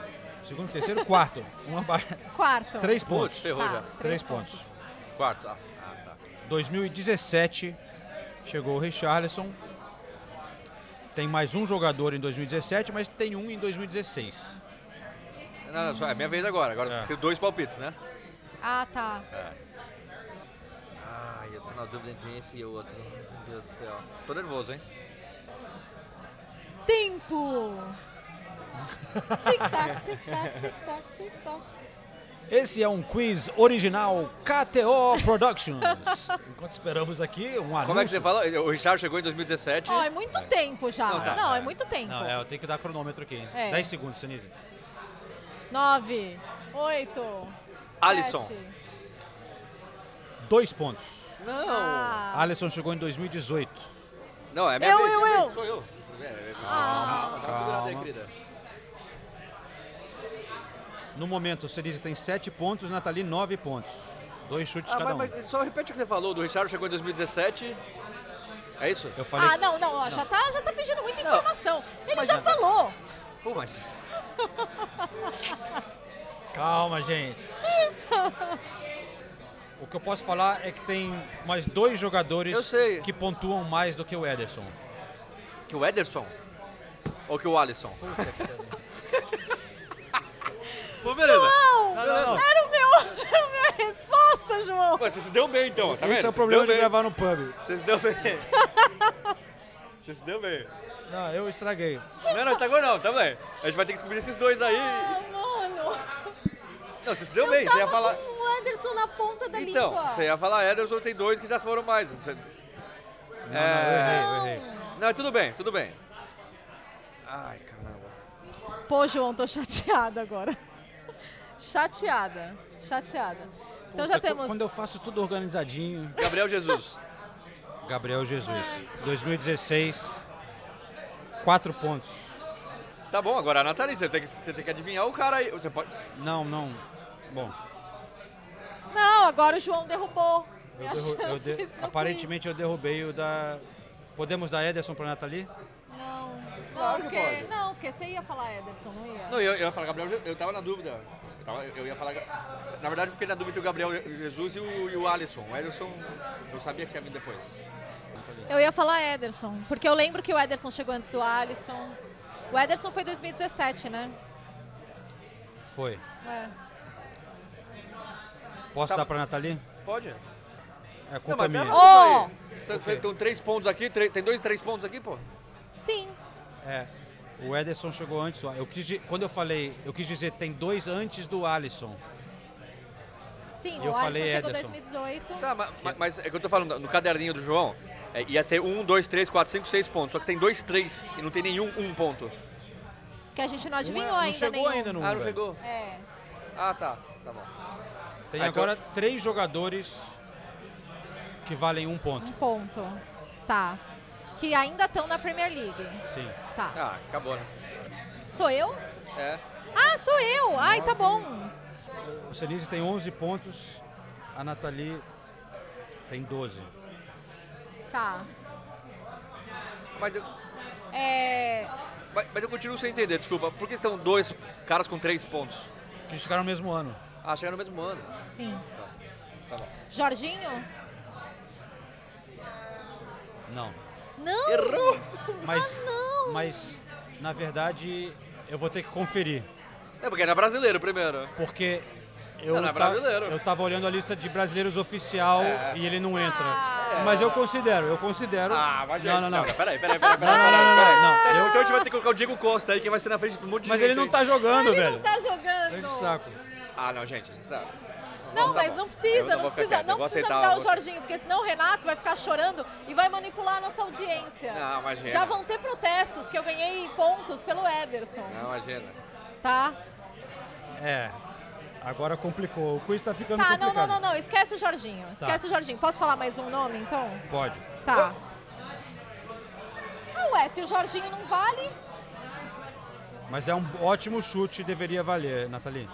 D: Segundo, terceiro, quarto. Um abaixo.
E: Quarto.
D: Três
F: Putz,
D: pontos.
F: ferrou
E: Tá,
F: já.
D: Três
E: três
D: pontos.
E: pontos.
F: Quarto. Ah, ah, tá.
D: 2017 chegou o Richarlison. Tem mais um jogador em 2017, mas tem um em 2016.
F: Não, não, só, é minha vez agora. Agora
D: É.
F: eu preciso de dois palpites, né?
E: Ah, tá.
F: Ai, eu tô na dúvida entre esse e o outro. Meu Deus do céu. Tô nervoso, hein?
E: Tempo! Tic-tac, tic-tac, tic-tac, tic-tac.
D: Esse é um quiz original KTO Productions. Enquanto esperamos aqui um anúncio.
F: Como é que você fala? O Richard chegou em 2017.
E: Ó, é muito tempo já. Não,
F: Não, tá.
E: é muito tempo.
D: Não, é, eu tenho que dar cronômetro aqui. hein?
E: É.
D: 10 segundos, Sinise.
E: Nove, oito,
F: Alisson.
E: sete.
D: Dois pontos.
F: Não.
E: Ah.
D: Alisson chegou em 2018.
F: Não, é minha
E: Eu,
F: vez.
E: eu,
F: minha
E: eu.
F: vez, Sou eu. Ah, É, é, é. Calma, calma. Segurada aí, querida.
D: No momento, Sinise tem 7 pontos, Nathalie 9 pontos. Dois chutes
F: Ah,
D: cada
F: mas,
D: um.
F: mas só repete o que você falou. Do Richard chegou em 2017. É isso?
D: Eu
E: Ah, não, não, ó, já tá, já tá pedindo muita
F: Não.
E: informação. Ele
F: Mas
E: já
F: não.
E: falou.
F: Pô, mas.
D: Calma, gente. O que eu posso falar é que tem mais dois
F: Eu
D: jogadores
F: sei.
D: que pontuam mais do que o Ederson.
F: Que o Ederson? Ou que o Alisson? Pô, beleza. Não,
E: João!
F: não, não.
E: Era, o meu, era a minha resposta, João.
F: Pô, você se deu bem então, tá vendo?
L: Esse é o
F: Você se
L: problema
F: deu
L: de
F: bem.
L: gravar no pub.
F: Você se deu bem. Você se deu bem.
L: Não, eu estraguei.
F: Não, não, tá bom não, tá bem. A gente vai ter que descobrir esses dois aí.
E: Ah, mano.
F: Não, você se deu
E: eu
F: bem,
E: tava
F: você ia falar.
E: com o Anderson na ponta da
F: Então,
E: língua.
F: você ia falar Ederson, tem dois que já foram mais. Você- é...
E: não, eu errei, eu errei.
F: Não, tudo bem, tudo bem. Ai, caramba.
E: Pô, João, tô chateada agora. Chateada, chateada. Então já
D: Puta,
E: temos...
D: Quando eu faço tudo organizadinho.
F: Gabriel Jesus.
D: Gabriel Jesus. 2016. Quatro pontos.
F: Tá bom, agora Nathalie, você tem que, você tem que adivinhar o cara aí. Você pode...
D: Não, não. Bom,
E: Não, agora o João derrubou.
D: eu
E: minha
D: derru- eu
E: chance
D: de-
E: no quiz.
D: aparentemente eu derrubei o da. Podemos dar Ederson pra Nathalie?
E: Não, não,
F: Claro que
E: porque,
F: pode.
E: não, porque você ia falar Ederson, não ia?
F: Não, eu, eu ia falar Gabriel, Je- eu tava na dúvida. Eu, tava- eu ia falar. Ga- Na verdade, eu fiquei na dúvida entre o Gabriel Jesus e o, e o Alisson. O Ederson, eu sabia que ia vir depois.
E: Eu ia falar Ederson, porque eu lembro que o Ederson chegou antes do Alisson. O Ederson foi 2017, né?
D: Foi.
E: É.
D: Posso
F: Tá-
D: dar pra Nathalie?
F: Pode?
D: É
F: Não,
D: culpa
F: mas
D: minha.
F: pera
E: Ó!
F: aí. Você- tem- Tem três pontos aqui, três- tem dois três pontos aqui, pô?
E: Sim.
D: É. O Ederson chegou antes. do- Eu quis, di- quando eu falei, eu quis dizer tem dois antes do Alisson.
E: Sim,
D: Eu
E: o Alisson
D: falei
E: chegou
D: Ederson.
E: em 2018.
F: Tá, ma- ma- mas, é que eu tô falando, no caderninho do João, é, ia ser um, dois, três, quatro, cinco, seis pontos. Só que tem dois, três e não tem nenhum um ponto.
E: Que a gente não adivinhou
D: não
E: ainda
D: chegou É
E: nenhum.
D: ainda no
F: Ah, não
D: Uber.
F: chegou?
E: É.
F: Ah, tá. Tá bom.
D: Tem
F: Ah, então-
D: agora três jogadores que valem um ponto.
E: Um ponto. Tá. Que ainda estão na Premier League.
D: Sim.
E: Tá.
F: Ah, acabou, né?
D: Ah.
E: Sou eu?
F: É.
E: Ah, sou eu! Ai, tá bom.
D: O Senise tem 11 pontos, a Nathalie tem 12.
E: Tá.
F: Mas eu,
E: É.
F: mas, mas eu continuo sem entender, desculpa. Por que são dois caras com três pontos?
D: Que eles chegaram no mesmo ano.
F: Ah,
D: é
F: chegaram no mesmo ano.
E: Sim.
F: Tá bom.
E: Jorginho?
D: Não.
E: Não!
F: Errou!
D: Mas, mas na verdade, eu vou ter que conferir.
F: É porque era brasileiro primeiro.
D: Porque eu,
F: Não, não é
D: ta-
F: brasileiro.
D: eu tava olhando a lista de brasileiros oficial
F: É.
D: e ele não entra.
E: Ah.
D: Mas eu considero, eu considero.
F: Ah, mas gente,
D: não, não, não.
F: Peraí, peraí, peraí, peraí.
D: Não, não, não,
F: peraí.
D: não, não.
F: Peraí,
D: Eu-
F: Então a gente vai ter que colocar o Diego Costa aí, que vai ser na frente de um monte de
D: Mas
F: gente.
D: ele não
F: aí.
D: tá jogando,
E: Ele
D: velho.
E: não tá
D: Olha
E: jogando!
D: que saco.
F: Ah, não, gente. isso tá-
E: Não,
F: tá
E: mas
F: bom.
E: não
F: Eu
E: precisa, não
F: vou ficar
E: precisa,
F: quieto,
E: não
F: eu vou
E: precisa
F: aceitar,
E: me dar
F: eu vou
E: o
F: aceitar.
E: Jorginho, porque senão o Renato vai ficar chorando e vai manipular a nossa audiência.
F: Não, imagina.
E: Já vão ter protestos que eu ganhei pontos pelo Ederson,
F: Não, imagina.
E: tá?
D: É. Agora complicou. O quiz tá ficando
E: Tá, não,
D: complicado.
E: não, não, não, esquece o Jorginho, esquece o Jorginho. Posso falar mais um nome, então?
D: Pode.
E: Tá. Ah, ué, se o Jorginho não vale,
D: Mas é um ótimo chute, deveria valer, Nathalie.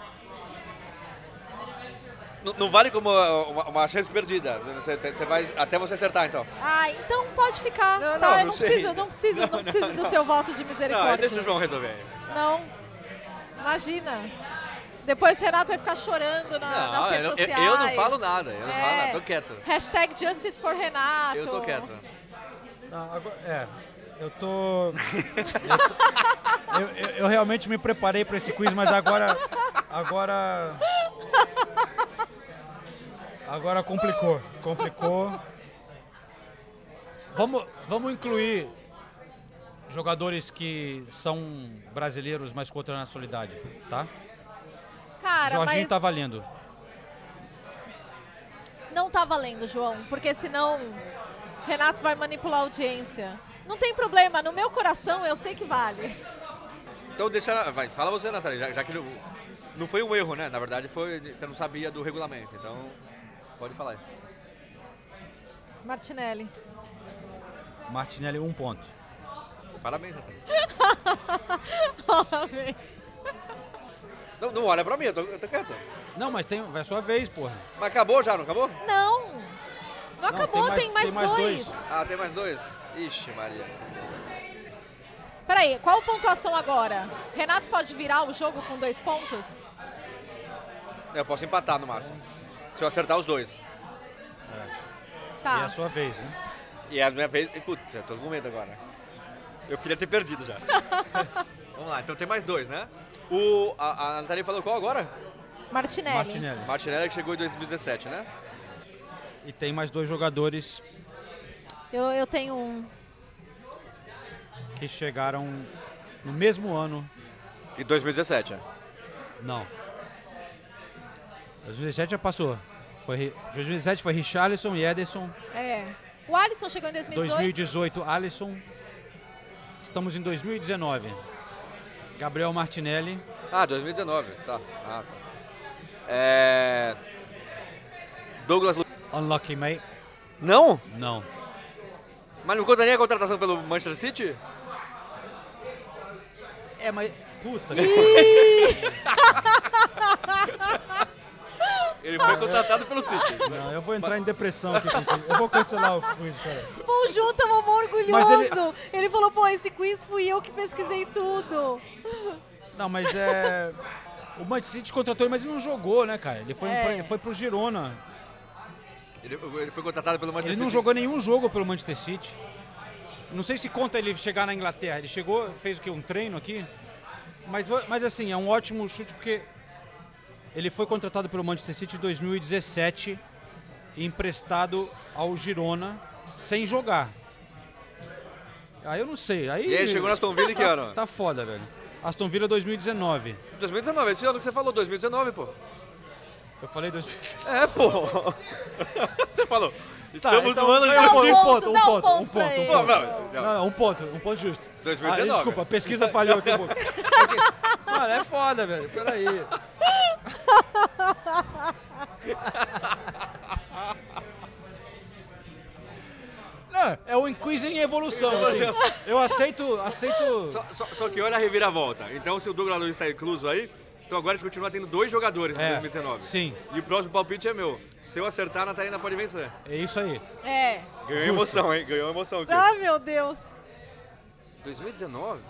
F: Não, não vale como uh, uma, uma chance perdida. Você, você- você vai até você acertar, então.
E: ah, então pode ficar,
F: Não,
E: tá?
F: não,
E: eu
F: não
E: não
F: sei.
E: preciso, não preciso, não,
F: Não, não,
E: preciso do
F: não.
E: seu voto de
F: Não,
E: misericórdia.
F: deixa o João resolver.
E: Não. Imagina. Depois o Renato vai ficar chorando na,
F: Não,
E: nas redes
F: eu, eu-
E: sociais.
F: eu não falo nada. Eu não falo
E: É.
F: nada. Tô quieto.
E: Hashtag Justice for Renato.
F: Eu tô quieto.
D: Ah, agora- é, eu tô. Eu, tô- eu- eu- eu realmente me preparei para esse quiz, mas agora. Agora. Agora complicou. Complicou. Vamos, vamos incluir jogadores que são brasileiros, mas com outra nacionalidade, tá?
E: Cara,
D: Jorginho
E: mas
D: tá valendo.
E: não tá valendo, João. Porque senão Renato vai manipular a audiência. Não tem problema. No meu coração, eu sei que vale.
F: Então deixa. Vai, fala você, Natália, já, já que não, não foi um erro, né? Na verdade, foi. Você não sabia do regulamento. Então, pode falar aí.
E: Martinelli.
D: Martinelli, um ponto.
F: Parabéns, Natália.
E: Fala bem.
F: Não, não olha pra mim, eu tô, eu tô quieto.
D: é Não, mas tem, vai sua vez, porra.
F: Mas acabou já, não acabou?
E: não. Não, acabou, tem mais, dois.
F: Ah, tem mais dois? Ixi, Maria.
E: Peraí, qual a pontuação agora? Renato pode virar o jogo com dois pontos?
F: Eu posso empatar no máximo. Se eu acertar os dois.
E: Tá.
D: E é a sua vez, né?
F: E é a minha vez. e, Putz, eu tô com medo agora. Eu queria ter perdido já. Vamos lá, então tem mais dois, né? O, a, a Nathalie falou qual agora?
E: Martinelli.
F: Martinelli que chegou em 2017, né?
D: E tem mais dois jogadores
E: Eu, eu tenho um.
D: que chegaram no mesmo ano.
F: De 2017, é.
D: Não. 2017 já passou. Foi, Ri- 2017 foi Richarlison e Ederson.
E: É. O Alisson chegou em 2018.
D: 2018, Alisson. Estamos em 2019. Gabriel Martinelli.
F: Ah, 2019, tá. Ah, tá. É. Douglas Lu...
D: Unlucky, mate.
F: Não?
D: Não.
F: Mas não conta nem a contratação pelo Manchester City?
D: É, mas. Puta.
F: Ele
D: Ah.
F: foi contratado pelo City.
D: Não, eu vou entrar em depressão aqui. com o quiz. Eu vou cancelar o quiz, cara.
L: Pô, o João tava mó
D: Mas
L: orgulhoso.
D: ele-
L: Ele... falou, pô, esse quiz fui eu que pesquisei tudo.
D: Não, mas é. O Manchester City contratou ele, mas ele não jogou, né, cara? Ele foi,
L: É.
D: pra- ele foi pro Girona.
F: Ele, ele foi contratado pelo Manchester
D: Ele não
F: City.
D: jogou nenhum jogo pelo Manchester City. Não sei se conta ele chegar na Inglaterra. Ele chegou, fez o quê? Um treino aqui? Mas, vo- mas assim, é um ótimo chute porque ele foi contratado pelo Manchester City em 2017 e emprestado ao Girona sem jogar. Aí eu não sei. Aí
F: E ele chegou na Aston Villa em que
D: Tá-
F: ano?
D: Tá foda, velho. Aston Villa 2019.
F: 2019, esse ano que você falou, 2019, pô.
D: Eu falei 2019.
F: É, pô. Tá, você falou. Estamos
D: então
F: no ano de
D: ganhou um
F: 2019.
D: ponto, um
F: Não,
D: ponto, um
F: ponto pra
D: ponto, um
F: ele.
D: ponto.
F: Não, não,
D: Não, não, um ponto, um ponto justo.
F: 2019.
D: Ah, desculpa, a pesquisa falhou aqui um pouco. Mano, é foda, velho. Peraí. Não, é o quiz em evolução, assim. Eu aceito, aceito...
F: Só, só- só que olha a reviravolta. Então, se o Douglas Luiz está incluso aí, então agora a gente continua tendo dois jogadores em
D: É,
F: 2019.
D: sim.
F: E o próximo palpite é meu. Se eu acertar, a Natalina pode vencer.
D: É isso aí.
E: É.
F: Ganhou
D: Justo.
F: emoção, hein? Ganhou emoção aqui.
E: Ah, meu Deus.
F: 2019?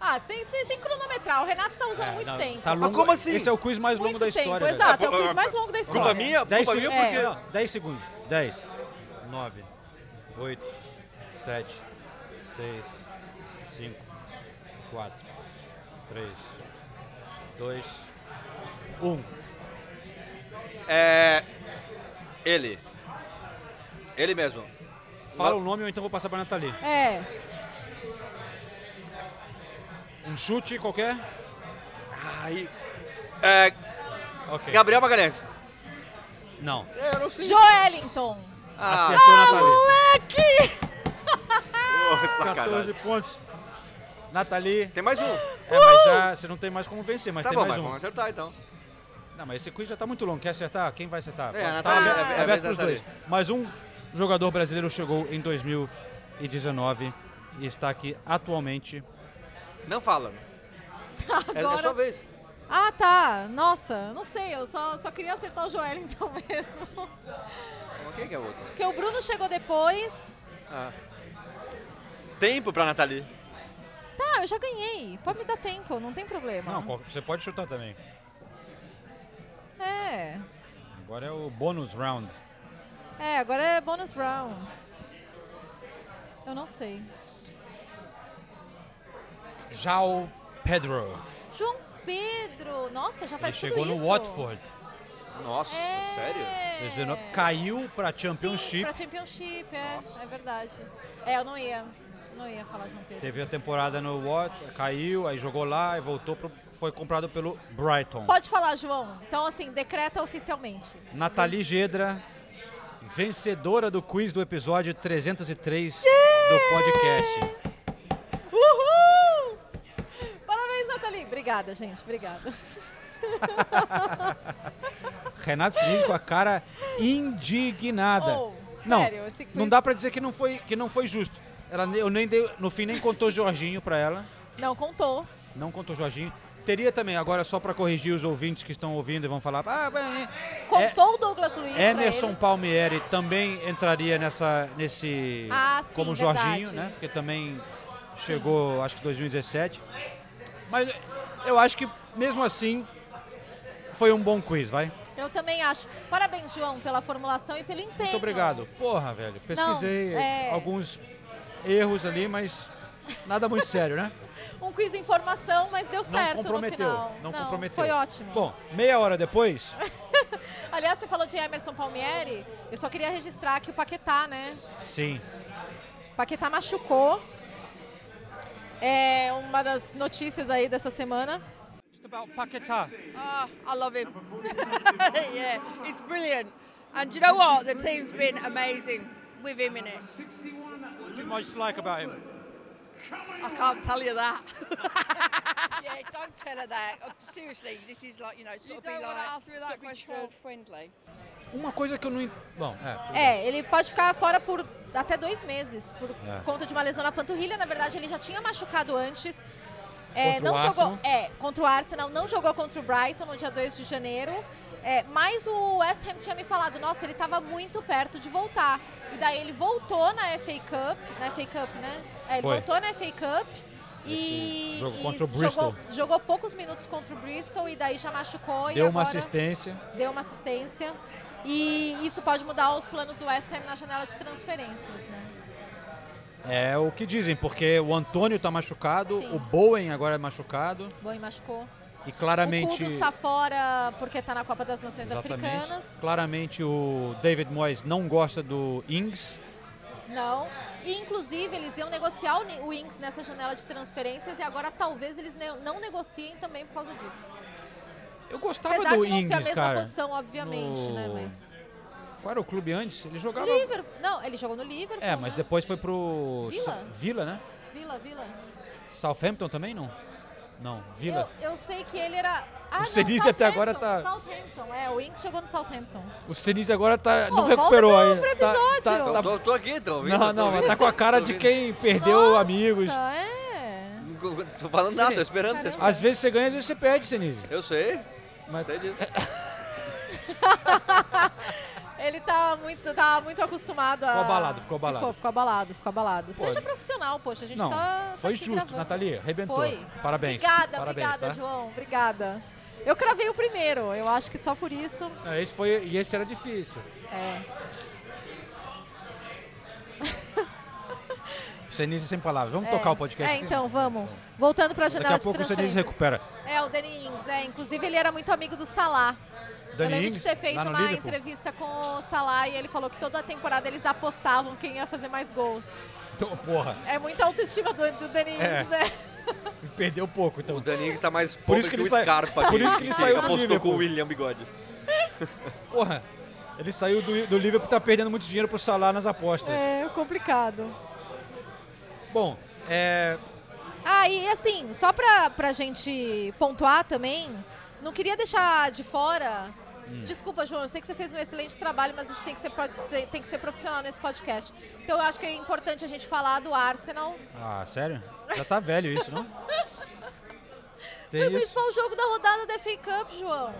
E: Ah, tem, tem, tem que cronometrar. O Renato tá usando
D: É,
E: muito
D: não,
E: tempo.
D: Tá longo,
F: Mas como assim?
D: Esse é o quiz mais longo
E: Muito
D: da
E: tempo,
D: história. né? velho.
E: exato, é o quiz mais longo da história.
F: Culpa minha?
D: Dez
F: Culpa minha
D: segundos.
F: porque...
D: Não, 10 segundos. 10, 9, 8, 7, 6, 5, 4, 3, 2, 1.
F: É... Ele. Ele mesmo.
D: Fala
F: Ma-
D: o nome ou então vou passar pra Nathalie.
E: É.
D: Um chute qualquer?
F: Ai. É...
D: Ok.
F: Gabriel Magalhães.
D: Não.
F: É, eu não sei.
E: Joelinton.
F: Ah,
D: Acertou a Nathalie.
E: Moleque!
F: porra, sacanagem.
D: 14 pontos. Nathalie.
F: Tem mais um.
D: É, mas já você não tem mais como vencer, mas
F: tá
D: tem
F: bom,
D: mais
F: mas
D: um.
F: vamos acertar então.
D: Não, mas esse quiz já tá muito longo. Quer acertar? Quem vai acertar?
F: É,
D: Tá
F: a Natália,
D: aberto,
F: é, é, é
D: aberto
F: a
D: pros
F: Natália.
D: dois. Mas um jogador brasileiro chegou em 2019 e está aqui atualmente.
F: Não fala. É, é sua
E: Agora.
F: vez.
E: Ah, tá. Nossa, não sei. Eu só, só queria acertar o Joelinton mesmo.
F: Quem que é o outro?
E: Porque o Bruno chegou depois.
F: Ah. Tempo pra Nathalie.
E: Tá, eu já ganhei. Pode me dar tempo, não tem problema.
D: Não, qual- você pode chutar também.
E: É.
D: Agora é o bônus round.
E: É, agora é bonus round. Eu não sei.
D: Jao Pedro.
E: João Pedro. Nossa, já
D: Ele
E: faz tudo
D: chegou
E: isso.
D: no Watford.
F: Nossa, sério?
E: É.
D: 2019, caiu para
E: Sim,
D: Championship.
E: pra Championship, é, é verdade. É, eu não ia, não ia falar João Pedro.
D: Teve a temporada no Watford, caiu, aí jogou lá e voltou. pro- foi comprado pelo Brighton.
E: Pode falar, João. Então, assim, decreta oficialmente.
D: Nathalie Gedra, vencedora do quiz do episódio 303 do podcast.
E: Uhul! Parabéns, Nathalie. Obrigada, gente. Obrigada.
D: Renato Diniz com a cara indignada.
E: Oh,
D: não,
E: sério, esse quiz-
D: não dá pra dizer que não foi, que não foi justo. Ela, ne- eu nem dei, no fim nem contou Jorginho pra ela.
E: Não contou.
D: Não contou Jorginho. Teria também, agora só para corrigir os ouvintes que estão ouvindo e vão falar. "Ah, bem,
E: Contou o Douglas Luiz pra
D: Emerson
E: ele.
D: Palmieri também entraria nessa, nesse.
E: Ah, sim,
D: como
E: verdade.
D: Jorginho, né? Porque também chegou, acho que 2017. Mas eu acho que, mesmo assim, foi um bom quiz, vai?
E: Eu também acho. Parabéns, João, pela formulação e pelo empenho.
D: Muito obrigado. Porra, velho. Pesquisei
E: Não, é-
D: alguns erros ali, mas nada muito sério, né?
E: Um quiz em formação, mas deu certo
D: não comprometeu.
E: no final.
D: Não, comprometeu.
E: Foi ótimo.
D: Bom, meia hora depois,
E: Aliás, você falou de Emerson Palmieri. Eu só queria registrar que o Paquetá, né?
D: sim.
E: Paquetá machucou. É uma das notícias aí dessa semana.
D: Paquetá.
M: Ah, I love him. yeah, it's brilliant. And you know what? The team's been amazing with him in it.
D: What do you most like about him?
M: I can't tell you that. yeah, don't tell her that. Seriously, this is like, you know, it's got to be like, ask it's got to be child friendly.
D: Uma coisa que eu não. en- Bom, é. tudo bem.
E: É, ele pode ficar fora por até dois meses, por
D: É.
E: conta de uma lesão na panturrilha. Na verdade, ele já tinha machucado antes. É,
D: Contra o
E: não jogou,
D: Arsenal.
E: é, contra o Arsenal, não jogou contra o Brighton no dia 2 de janeiro. É, mas o West Ham tinha me falado, nossa, ele estava muito perto de voltar. E daí ele voltou na FA Cup, na FA Cup, né? É, ele
D: Foi.
E: voltou na FA Cup e,
D: Esse jogo
E: e
D: contra o
E: jogou,
D: Bristol.
E: jogou poucos minutos contra o Bristol e daí já machucou. e
D: Deu uma
E: agora
D: assistência.
E: deu uma assistência. E isso pode mudar os planos do West Ham na janela de transferências, né?
D: É o que dizem, porque o Antônio tá machucado,
E: Sim.
D: o Bowen agora é machucado.
E: Bowen machucou.
D: E
E: O
D: claramente.
E: Kudus está fora porque está na Copa das Nações Africanas.
D: Claramente o David Moyes não gosta do Ings.
E: Não. E, inclusive, eles iam negociar o Ni- o Inks nessa janela de transferências e agora talvez eles ne- não negociem também por causa disso.
D: Eu gostava
E: Apesar
D: do
E: de não
D: Ings,
E: ser a mesma
D: cara.
E: posição, obviamente, né?
D: No-
E: Mas...
D: Qual era o clube antes? Ele jogava.
E: Liverpool. Não, ele jogou no Liverpool,
D: É, mas
E: né?
D: depois foi pro.
E: Vila?
D: Sa- Vila, né?
E: Vila, Vila.
D: Southampton também não? Não, Vila.
E: Eu, eu sei que ele era... Ah,
D: O Senise
E: não,
D: até agora
E: Southampton,
D: tá-
E: Southampton, é. O Inks jogou no Southampton.
D: O Senise agora tá,
E: Pô,
D: não
E: volta
D: recuperou
E: pro-
D: ainda.
E: pro
D: Tá-
E: episódio.
D: tá-
E: Tô-
D: tá-
F: Tô, tô aqui, tô ouvindo.
D: Não,
F: tô
D: não,
F: ouvindo,
D: tá com a cara
F: tô
D: de
F: ouvindo.
D: quem perdeu amigos.
E: Nossa, é.
F: Não tô falando nada, tô esperando vocês falarem.
D: Às vezes você ganha, às vezes você perde, Senise.
F: Eu sei. Sei disso.
D: é,
E: Ele tá muito, tá muito acostumado a...
D: Ficou abalado, ficou abalado.
E: Ficou, ficou abalado, ficou abalado. Seja
D: Pode.
E: profissional, poxa, a gente
D: Não,
E: tá... tá
D: foi
E: aqui
D: justo,
E: gravando.
D: Nathalie, arrebentou.
E: Foi.
D: Parabéns,
E: Obrigada,
D: parabéns,
E: obrigada,
D: tá?
E: João, obrigada. Eu cravei o primeiro, eu acho que só por isso,
D: Não, É, Esse foi, e esse era difícil.
E: é.
D: Senise sem palavras. Vamos
E: É.
D: tocar o podcast.
E: É,
D: aqui?
E: então, vamos. Voltando pra
D: Daqui
E: janela
D: a
E: de
D: pouco o Senise
E: transferências.
D: recupera.
E: É, o Danny Ings, é. Inclusive, ele era muito amigo do Salah. eu
D: Danny
E: lembro
D: Ings,
E: de ter feito
D: lá no
E: uma
D: Liverpool?
E: entrevista com o Salah e ele falou que toda a temporada eles apostavam quem ia fazer mais gols.
D: Então, porra,
E: É muita autoestima do, do Danny Ings,
D: É.
E: né?
D: perdeu pouco. Então.
F: O Daninho está mais pobre
D: Por isso que ele
F: o
D: sai-
F: Scarpa.
D: por
F: que-
D: isso que ele
F: que
D: saiu do
F: apostou
D: Liverpool.
F: com o William Bigode.
D: Porra, ele saiu do, do Liverpool e tá perdendo muito dinheiro pro Salah nas apostas.
E: É complicado.
D: Bom, é,
E: Ah, e assim, só pra, pra gente pontuar também, não queria deixar de fora.
D: Hum.
E: Desculpa, João, eu sei que você fez um excelente trabalho, mas a gente tem que, ser, pro- tem- tem que ser profissional nesse podcast. Então eu acho que é importante a gente falar do Arsenal.
D: Ah, sério? Já tá velho isso, não? Tem
E: Foi o
D: É isso?
E: principal jogo da rodada da FA Cup, João.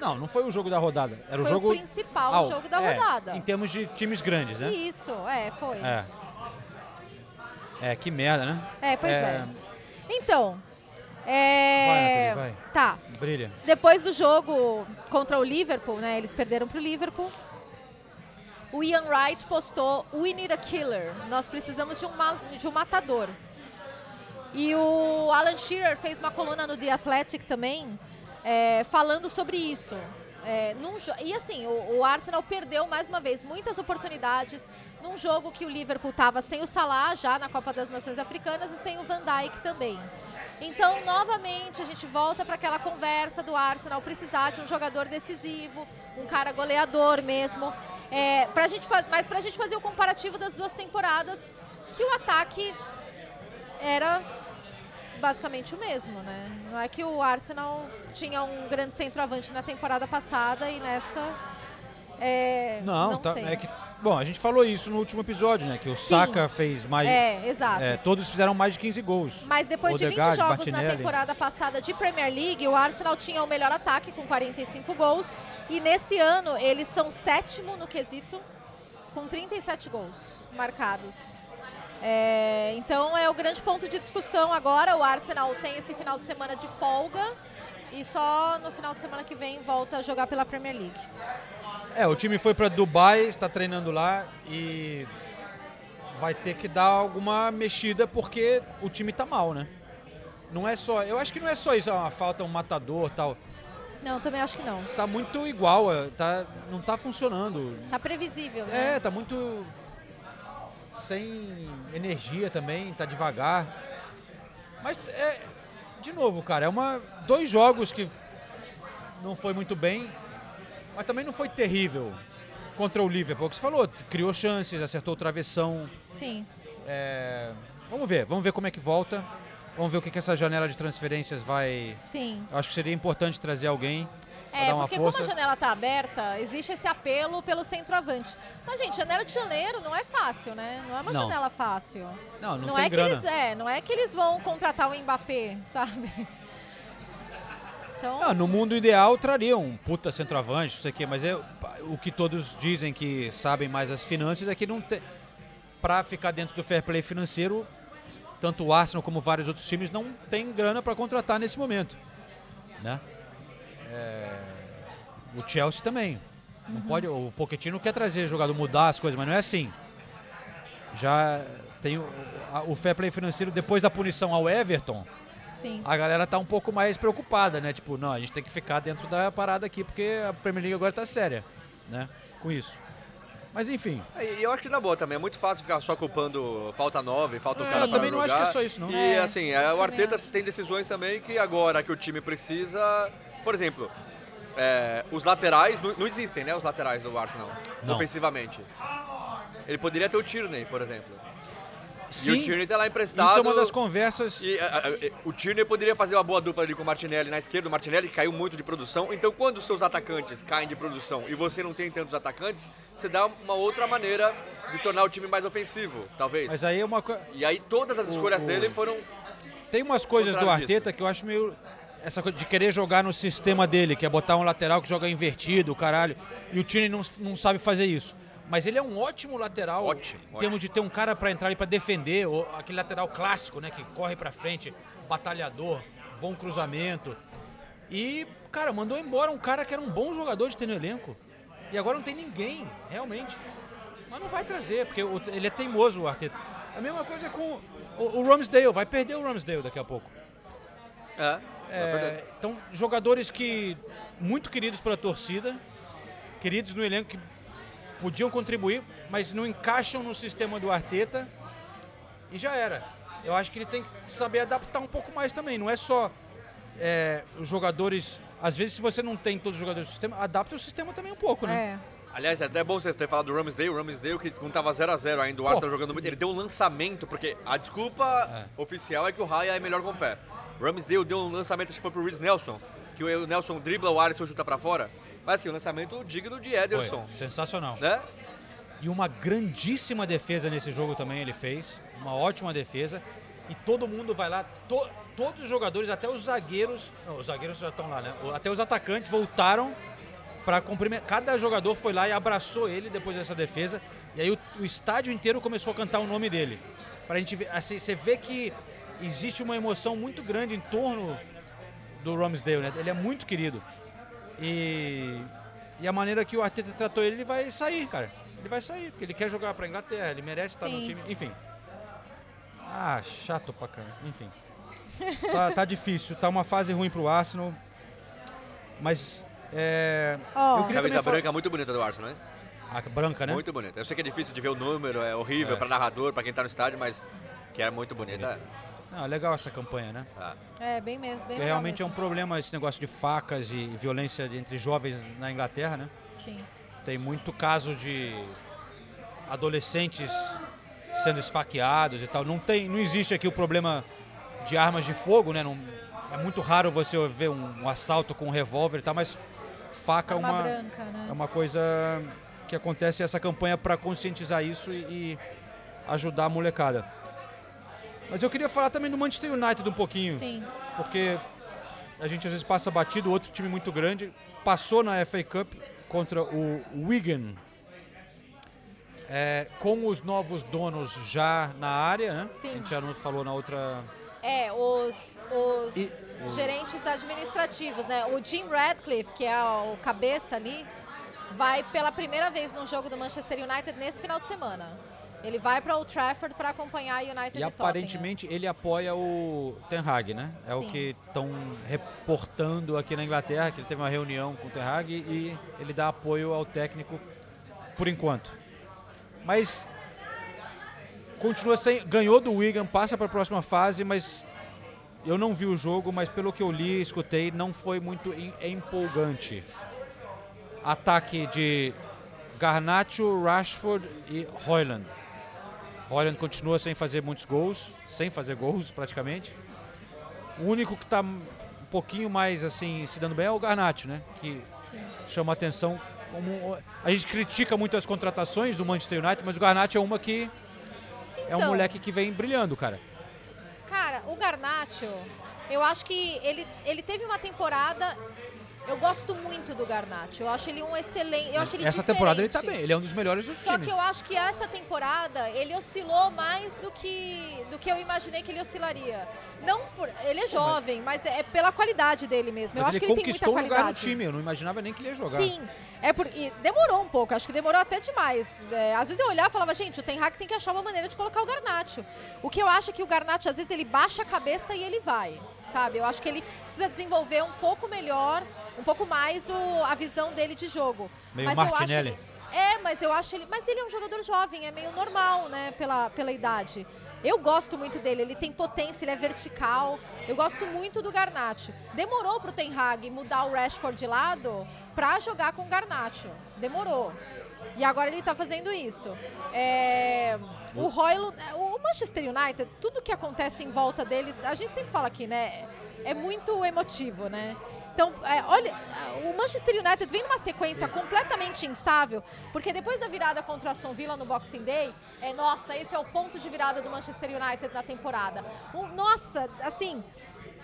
D: Não, não foi o jogo da rodada. Era o
E: Foi o
D: jogo.
E: principal jogo da
D: é,
E: rodada.
D: Em termos de times grandes, né?
E: Isso, é, foi.
D: É. É, que merda, né?
E: É, pois é. Então, é...
D: Vai, Nathalie, vai.
E: Tá.
D: Brilha.
E: Depois do jogo contra o Liverpool, né? Eles perderam pro Liverpool. O Ian Wright postou We need a killer. Nós precisamos de um, ma- de um matador. E o Alan Shearer fez uma coluna no The Athletic também, é, falando sobre isso. É, num jo- e assim, o, o Arsenal perdeu mais uma vez muitas oportunidades num jogo que o Liverpool estava sem o Salah já na Copa das Nações Africanas e sem o Van Dijk também. Então, novamente, a gente volta para aquela conversa do Arsenal precisar de um jogador decisivo, um cara goleador mesmo. É, pra gente fa- mas para a gente fazer o comparativo das duas temporadas, que o ataque era basicamente o mesmo, né? Não é que o Arsenal tinha um grande centroavante na temporada passada e nessa É,
D: Não, tá,
E: tem.
D: é que- bom, a gente falou isso no último episódio, né? Que o Saka fez mais.
E: É, exato.
D: é, todos fizeram mais de 15 gols.
E: Mas depois de 20
D: Odegaard,
E: jogos na
D: Martinelli.
E: temporada passada de Premier League, o Arsenal tinha o melhor ataque com 45 gols. E nesse ano eles são sétimo no quesito, com 37 gols marcados. É, então é o grande ponto de discussão agora. O Arsenal tem esse final de semana de folga e só no final de semana que vem volta a jogar pela Premier League.
D: É, o time foi para Dubai, está treinando lá e vai ter que dar alguma mexida porque o time tá mal, né? Não é só, eu acho que não é só isso, uma falta um matador, tal.
E: Não, também acho que não.
D: Tá muito igual, é, tá não tá funcionando.
E: Tá previsível. né?
D: É, tá muito sem energia também, tá devagar. Mas é, de novo, cara, é uma dois jogos que não foi muito bem, mas também não foi terrível contra o Liverpool. que você falou, t- criou chances, acertou o travessão.
E: Sim.
D: É, vamos ver, vamos ver como é que volta. Vamos ver o que, que essa janela de transferências vai.
E: Sim.
D: Eu acho que seria importante trazer alguém pra
E: É,
D: dar uma
E: porque
D: força.
E: como a janela está aberta, existe esse apelo pelo centroavante. Mas, gente, janela de janeiro não é fácil, né? Não é uma
D: Não.
E: janela fácil.
D: Não, não
E: é
D: tem grana.
E: que eles é, não é que eles vão contratar o Mbappé, sabe? Então,
D: Ah, no mundo ideal traria um puta centroavante, não sei o quê, mas é, o que todos dizem que sabem mais as finanças é que não tem. Pra ficar dentro do fair play financeiro, tanto o Arsenal como vários outros times não tem grana pra contratar nesse momento. Né? É, o Chelsea também. Não
N: Uhum.
D: pode, o Pochettino quer trazer jogador, mudar as coisas, mas não é assim. Já tem o, a- o fair play financeiro depois da punição ao Everton
E: sim.
D: a galera tá um pouco mais preocupada, né? Tipo, não, a gente tem que ficar dentro da parada aqui porque a Premier League agora tá séria, né? Com isso. Mas enfim,
F: E eu acho que na boa também, é muito fácil ficar só culpando falta 9, falta o
D: É,
F: cara
D: eu
F: pra
D: também não
F: jogar.
D: acho que é só isso, não.
F: E
D: É,
F: assim, é, o
D: também
F: Arteta tem decisões também que agora que o time precisa. Por exemplo, é, os laterais. Não, não existem, né? Os laterais do Arsenal,
D: Não.
F: ofensivamente. Ele poderia ter o Tierney, por exemplo. E
D: Sim,
F: o Tierney tá lá emprestado.
D: isso é uma das conversas.
F: E, a- a- e, o Tierney poderia fazer uma boa dupla ali com o Martinelli na esquerda. O Martinelli caiu muito de produção. Então, quando os seus atacantes caem de produção e você não tem tantos atacantes, você dá uma outra maneira de tornar o time mais ofensivo, talvez.
D: mas aí é uma coisa.
F: E aí, todas as
D: O-
F: escolhas
D: o-
F: dele foram.
D: Tem umas coisas do
F: contrário disso.
D: Arteta que eu acho meio. Essa coisa de querer jogar no sistema dele, que é botar um lateral que joga invertido, caralho. E o time não, não sabe fazer isso. Mas ele é um ótimo lateral. Ótimo. Em termos de ter um cara pra entrar ali pra defender, ou aquele lateral clássico, né? Que corre pra frente, batalhador, bom cruzamento. E, cara, mandou embora um cara que era um bom jogador de ter no elenco. E agora não tem ninguém, realmente. Mas não vai trazer, porque o- ele é teimoso, o Arteta. A mesma coisa com o, o Ramsdale. Vai perder o Ramsdale daqui a pouco.
F: É,
D: É, então, jogadores que muito queridos pela torcida, queridos no elenco, que podiam contribuir, mas não encaixam no sistema do Arteta e já era. Eu acho que ele tem que saber adaptar um pouco mais também. Não é só é, os jogadores. Às vezes, se você não tem todos os jogadores do sistema, adapta o sistema também um pouco, né?
F: Aliás, é até bom você ter falado do Ramsdale. O Ramsdale, que quando tava 0x0 ainda, o Arsenal jogando muito, ele deu um lançamento, porque a desculpa oficial é que o Raya é melhor com o pé. O Ramsdale deu um lançamento, acho que foi pro Reece Nelson, que o Nelson dribla o Alisson e chuta pra fora. Mas assim, um lançamento digno de
D: Foi.
F: Ederson.
D: Sensacional.
F: Né?
D: E uma grandíssima defesa nesse jogo também ele fez. Uma ótima defesa. E todo mundo vai lá, to- todos os jogadores, até os zagueiros. Não, os zagueiros já estão lá, né? O- Até os atacantes voltaram para cumprimentar. Cada jogador foi lá e abraçou ele depois dessa defesa. E aí o, o estádio inteiro começou a cantar o nome dele. Pra gente ver. Assim, você vê que existe uma emoção muito grande em torno do Ramsdale, né? Ele é muito querido. E, e a maneira que o Arteta tratou ele, ele vai sair, cara. Ele vai sair, porque ele quer jogar pra Inglaterra, ele merece estar no
E: Sim.
D: time, enfim. Ah, chato pra caramba, enfim. Tá, tá difícil, tá uma fase ruim pro Arsenal. Mas. É, eu queria
F: Camisa
D: também falar-
F: branca muito bonita do Arsenal, né?
D: A branca, né?
F: Muito bonita. Eu sei que é difícil de ver o número, é horrível
D: É.
F: pra narrador, pra quem tá no estádio, mas que é muito bonita.
D: Ah, legal essa campanha, né?
E: É, bem mesmo. Bem
D: Porque
E: legal
D: realmente é
E: mesmo.
D: um problema esse negócio de facas e violência de- entre jovens na Inglaterra, né?
E: Sim.
D: Tem muito caso de adolescentes sendo esfaqueados e tal. Não tem, não existe aqui o problema de armas de fogo, né? Não- é muito raro você ver um, um assalto com um revólver e tal, mas faca
E: Arma
D: é uma,
E: branca, né?
D: é uma coisa que acontece essa campanha para conscientizar isso e, e ajudar a molecada. Mas eu queria falar também do Manchester United um pouquinho.
E: Sim.
D: Porque a gente às vezes passa batido, outro time muito grande. Passou na FA Cup contra o Wigan. É, com os novos donos já na área, né?
E: Sim.
D: A gente já não falou na outra.
E: É, os, os
D: E-
E: gerentes administrativos, né? O Jim Radcliffe, que é o cabeça ali, vai pela primeira vez num jogo do Manchester United nesse final de semana. Ele vai para Old Trafford para acompanhar a United
D: E
E: e
D: aparentemente ele apoia o Ten Hag, né? É o
E: Sim.
D: que estão reportando aqui na Inglaterra, que ele teve uma reunião com o Ten Hag e ele dá apoio ao técnico por enquanto. Mas continua sem, ganhou do Wigan, passa para a próxima fase, mas eu não vi o jogo, mas pelo que eu li, escutei, não foi muito em- empolgante. Ataque de Garnacho, Rashford e Hoyland. Hoyland continua sem fazer muitos gols, sem fazer gols praticamente. O único que está um pouquinho mais assim se dando bem é o Garnacho, né? Que
E: Sim.
D: chama atenção. Como a gente critica muito as contratações do Manchester United, mas o Garnacho é uma que é um
E: Então.
D: moleque que vem brilhando, cara.
E: Cara, o Garnacho, eu acho que ele, ele teve uma temporada. Eu gosto muito do Garnacho. Eu acho ele um excelente. Eu acho ele
D: Essa temporada ele tá
E: diferente.
D: bem, ele é um dos melhores do
E: Só
D: time.
E: que eu acho que essa temporada ele oscilou mais do que, do que eu imaginei que ele oscilaria. Não por, ele é jovem, mas é pela qualidade dele mesmo. eu
D: Mas
E: acho
D: ele
E: que ele tem muita
D: conquistou o lugar no
E: qualidade.
D: time, eu não imaginava nem que ele ia jogar.
E: Sim, é por, e demorou um pouco, acho que demorou até demais. É, às vezes eu olhava e falava, gente, o Ten Hag tem que achar uma maneira de colocar o Garnacho. O que eu acho é que o Garnacho, às vezes, ele baixa a cabeça e ele vai, sabe? Eu acho que ele precisa desenvolver um pouco melhor, um pouco mais o- a visão dele de jogo.
D: Meio
E: mas
D: Martinelli.
E: eu acho ele, É, mas eu acho ele... Mas ele é um jogador jovem, é meio normal, né, pela, pela idade. Eu gosto muito dele, ele tem potência, ele é vertical. Eu gosto muito do Garnacho. Demorou pro Ten Hag mudar o Rashford de lado pra jogar com o Garnacho. Demorou. E agora ele tá fazendo isso. É, o Royal, é, o Manchester United, tudo que acontece em volta deles, a gente sempre fala aqui, né? É muito emotivo, né? Então, é, olha, o Manchester United vem numa sequência completamente instável, porque depois da virada contra o Aston Villa no Boxing Day, é, nossa, esse é o ponto de virada do Manchester United na temporada. Um- nossa, assim,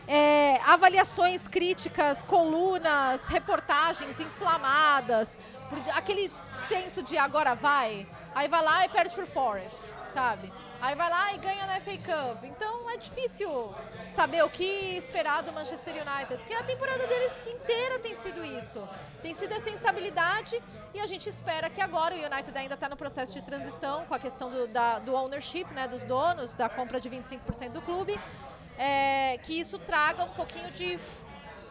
E: é, avaliações críticas, colunas, reportagens inflamadas, por aquele senso de agora vai, aí vai lá e perde pro Forest, sabe? Aí vai lá e ganha na FA Cup. Então é difícil saber o que esperar do Manchester United, porque a temporada deles inteira tem sido isso. Tem sido essa instabilidade e a gente espera que agora o United ainda está no processo de transição com a questão do, da- do ownership, né, dos donos, da compra de 25% do clube é, que isso traga um pouquinho de,